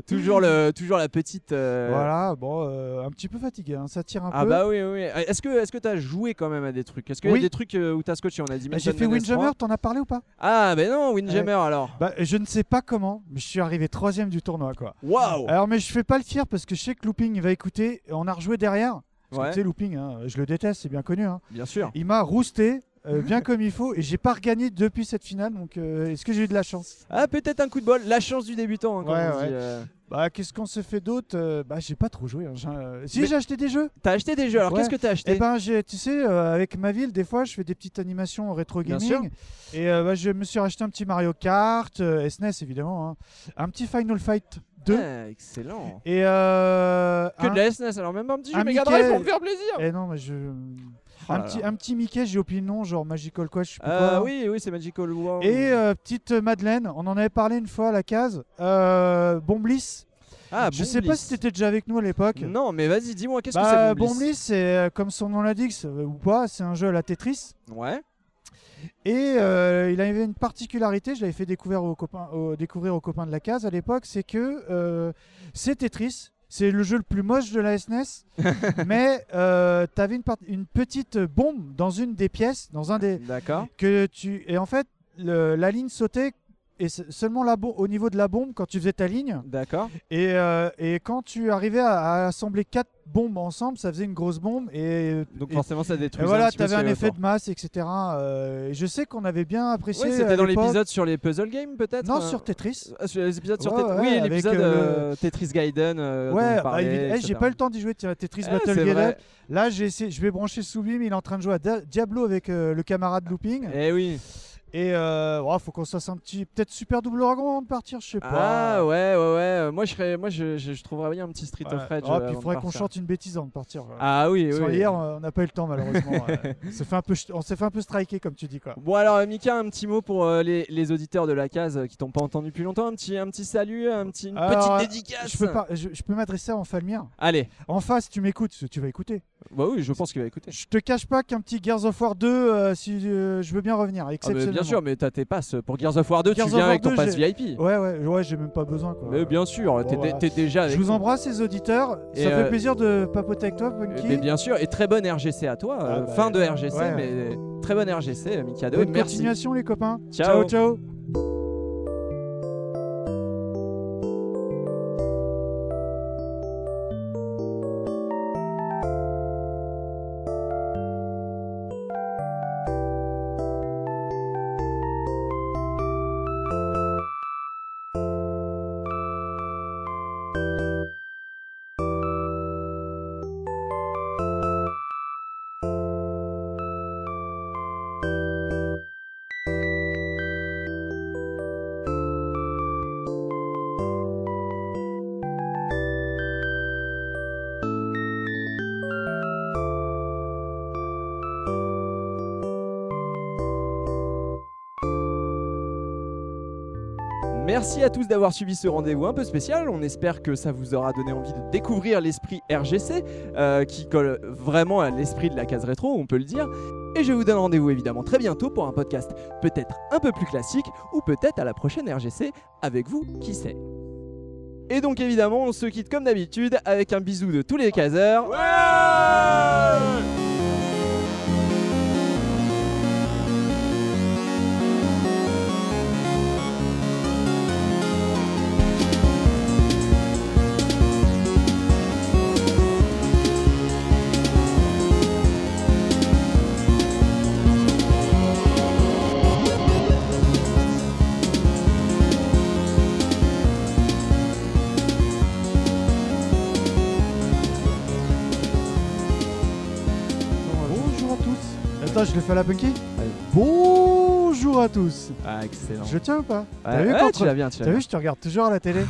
S1: toujours, le, toujours la petite. euh,
S5: Voilà, bon, euh, un petit peu fatigué, hein, ça tire un
S1: Ah
S5: peu.
S1: bah oui, oui. oui. Est-ce que est-ce que t'as joué quand même à des trucs Est-ce qu'il y
S5: Oui.
S1: a des trucs euh, où t'as scotché On a dit.
S5: Bah, J'ai
S1: Milton
S5: fait
S1: Maness
S5: Windjammer,
S1: 3.
S5: t'en as parlé ou pas
S1: Ah bah non, Windjammer
S5: Ouais.
S1: alors.
S5: Bah, je ne sais pas comment, mais je suis arrivé troisième du tournoi, quoi.
S1: Waouh
S5: Alors, mais je fais pas le fier parce que je sais que Looping il va écouter. et On a rejoué derrière. Parce que,
S1: Ouais.
S5: tu sais, Looping, hein, je le déteste, c'est bien connu. hein.
S1: Bien sûr.
S5: Il m'a rousté, euh, bien comme il faut, et j'ai pas regagné depuis cette finale. Donc, euh, est-ce que j'ai eu de la chance
S1: Ah peut-être un coup de bol. La chance du débutant. hein, comme
S5: Ouais,
S1: on dit,
S5: ouais.
S1: euh.
S5: Bah, qu'est-ce qu'on se fait d'autre Euh, Bah, j'ai pas trop joué. hein, j'ai- euh, Si
S1: Mais-
S5: j'ai acheté des jeux.
S1: T'as acheté des jeux. Alors
S5: Ouais.
S1: qu'est-ce que t'as acheté
S5: Eh ben, j'ai- tu sais, euh, avec ma ville, des fois, je fais des petites animations rétro
S1: Bien
S5: gaming.
S1: sûr.
S5: Et euh, bah, je me suis racheté un petit Mario Kart, euh, SNES évidemment, hein. un petit Final Fight 2.
S1: Ah, excellent.
S5: Et euh,
S1: Que
S5: un-
S1: de la SNES alors même pas un petit jeu
S5: un
S1: Mega Drive
S5: Mickey-
S1: pour me faire plaisir.
S5: Eh non, mais je.
S1: Oh
S5: un,
S1: là
S5: petit,
S1: là.
S5: un petit Mickey, j'ai oublié le nom, genre Magical Quest, je sais pas
S1: Euh,
S5: quoi.
S1: oui, oui, c'est Magical World.
S5: Et euh, petite Madeleine, on en avait parlé une fois à la case. Euh, Bombliss.
S1: Ah,
S5: je sais pas
S1: Bombliss.
S5: si t'étais déjà avec nous à l'époque.
S1: Non, mais vas-y, dis-moi, qu'est-ce
S5: Bah,
S1: que c'est Bombliss
S5: euh, Bombliss, c'est euh, comme son nom l'indique, c'est- ou pas, c'est un jeu à la Tetris.
S1: Ouais.
S5: Et euh, il avait une particularité, je l'avais fait découvrir aux, copains, aux- découvrir aux copains de la case à l'époque, c'est que euh, c'est Tetris. C'est le jeu le plus moche de la SNES, mais euh, t'avais une, part- une petite bombe dans une des pièces, dans un des
S1: D'accord.
S5: que tu et en fait le- la ligne sautait et se- seulement la bo- au niveau de la bombe quand tu faisais ta ligne.
S1: D'accord.
S5: Et, euh, et quand tu arrivais à, à assembler quatre bombes ensemble, ça faisait une grosse bombe et
S1: Donc
S5: et-
S1: forcément, ça détruisait
S5: Et voilà,
S1: un petit peu
S5: t'avais
S1: ce
S5: un
S1: qu'il y avait
S5: effet
S1: autour.
S5: de masse, etc. euh, et je sais qu'on avait bien apprécié.
S1: Oui,
S5: euh, à
S1: c'était dans
S5: l'époque.
S1: l'épisode sur les puzzle games peut-être
S5: Non,
S1: euh,
S5: sur Tetris.
S1: Ah, sur les épisodes sur
S5: Ouais,
S1: Tetris.
S5: ouais,
S1: oui,
S5: avec,
S1: l'épisode
S5: euh,
S1: euh, Tetris Gaiden. euh, dont
S5: ouais,
S1: on parlait,
S5: bah, évi- eh, j'ai
S1: etc.
S5: pas eu le temps d'y jouer tiens, Tetris
S1: Ah,
S5: Battle
S1: c'est
S5: Gaiden.
S1: vrai.
S5: Là, j'ai essayé, je vais brancher Sublime, il est en train de jouer à Da- Diablo avec euh, le camarade Looping.
S1: Eh oui.
S5: Et euh, oh, faut qu'on se fasse un petit, peut-être Super Double Dragon avant de partir, je sais pas.
S1: Ah ouais, ouais, ouais. euh, Moi, je, serais, moi, je, je, je trouverais bien un petit Street
S5: Ouais.
S1: of Rage. euh,
S5: Ah, puis
S1: avant
S5: il
S1: de
S5: faudrait qu'on
S1: partir.
S5: chante une bêtise avant de partir.
S1: Ah oui,
S5: Parce
S1: oui,
S5: que
S1: oui.
S5: Hier, on on n'a pas eu le temps malheureusement. ouais. on s'est fait un peu, ch- on s'est fait un peu striker comme tu dis quoi.
S1: Bon alors euh, Mika, un petit mot pour euh, les, les auditeurs de la case euh, qui t'ont pas entendu depuis longtemps, un petit, un petit salut, un petit, une
S5: Alors, euh,
S1: petite dédicace.
S5: Je peux, pas, je, je peux m'adresser à Enfalmir.
S1: Allez.
S5: En face, tu m'écoutes, tu vas écouter.
S1: Bah oui, je pense qu'il va écouter.
S5: Je te cache pas qu'un petit Gears of War 2, euh, si euh, je veux bien revenir,
S1: Ah, mais
S5: exceptionnellement.
S1: bien sûr, mais t'as tes passes euh, pour Gears of War 2,
S5: Gears
S1: tu
S5: of
S1: viens
S5: War
S1: avec ton
S5: 2,
S1: pass
S5: j'ai-
S1: VIP.
S5: Ouais, ouais, ouais, j'ai même pas besoin quoi.
S1: Mais bien sûr, t'es,
S5: voilà.
S1: t'es déjà avec.
S5: Je vous embrasse les auditeurs,
S1: Et,
S5: ça
S1: euh, Eh,
S5: fait plaisir de papoter avec toi, Punky.
S1: Mais bien sûr, et très bonne RGC à toi. euh,
S5: bah,
S1: fin de RGC,
S5: ouais.
S1: mais très bonne RGC, euh, Mikado.
S5: Bonne
S1: merci.
S5: continuation les copains.
S1: Ciao.
S5: ciao. ciao.
S1: Merci à tous d'avoir suivi ce rendez-vous un peu spécial. On espère que ça vous aura donné envie de découvrir l'esprit RGC euh, qui colle vraiment à l'esprit de la case rétro, on peut le dire. Et je vous donne rendez-vous évidemment très bientôt pour un podcast peut-être un peu plus classique ou peut-être à la prochaine RGC avec vous, qui sait. Et donc évidemment, on se quitte comme d'habitude avec un bisou de tous les caseurs.
S4: euh,
S5: Bonjour à tous. Attends, je le fais à la Punky Bonjour à tous.
S1: Ah, excellent.
S5: Je tiens ou pas
S1: Ah, Ouais, ouais,
S5: quand-
S1: tu l'as bien, tu l'as
S5: t'as vu,
S1: bien.
S5: je te regarde toujours à la télé.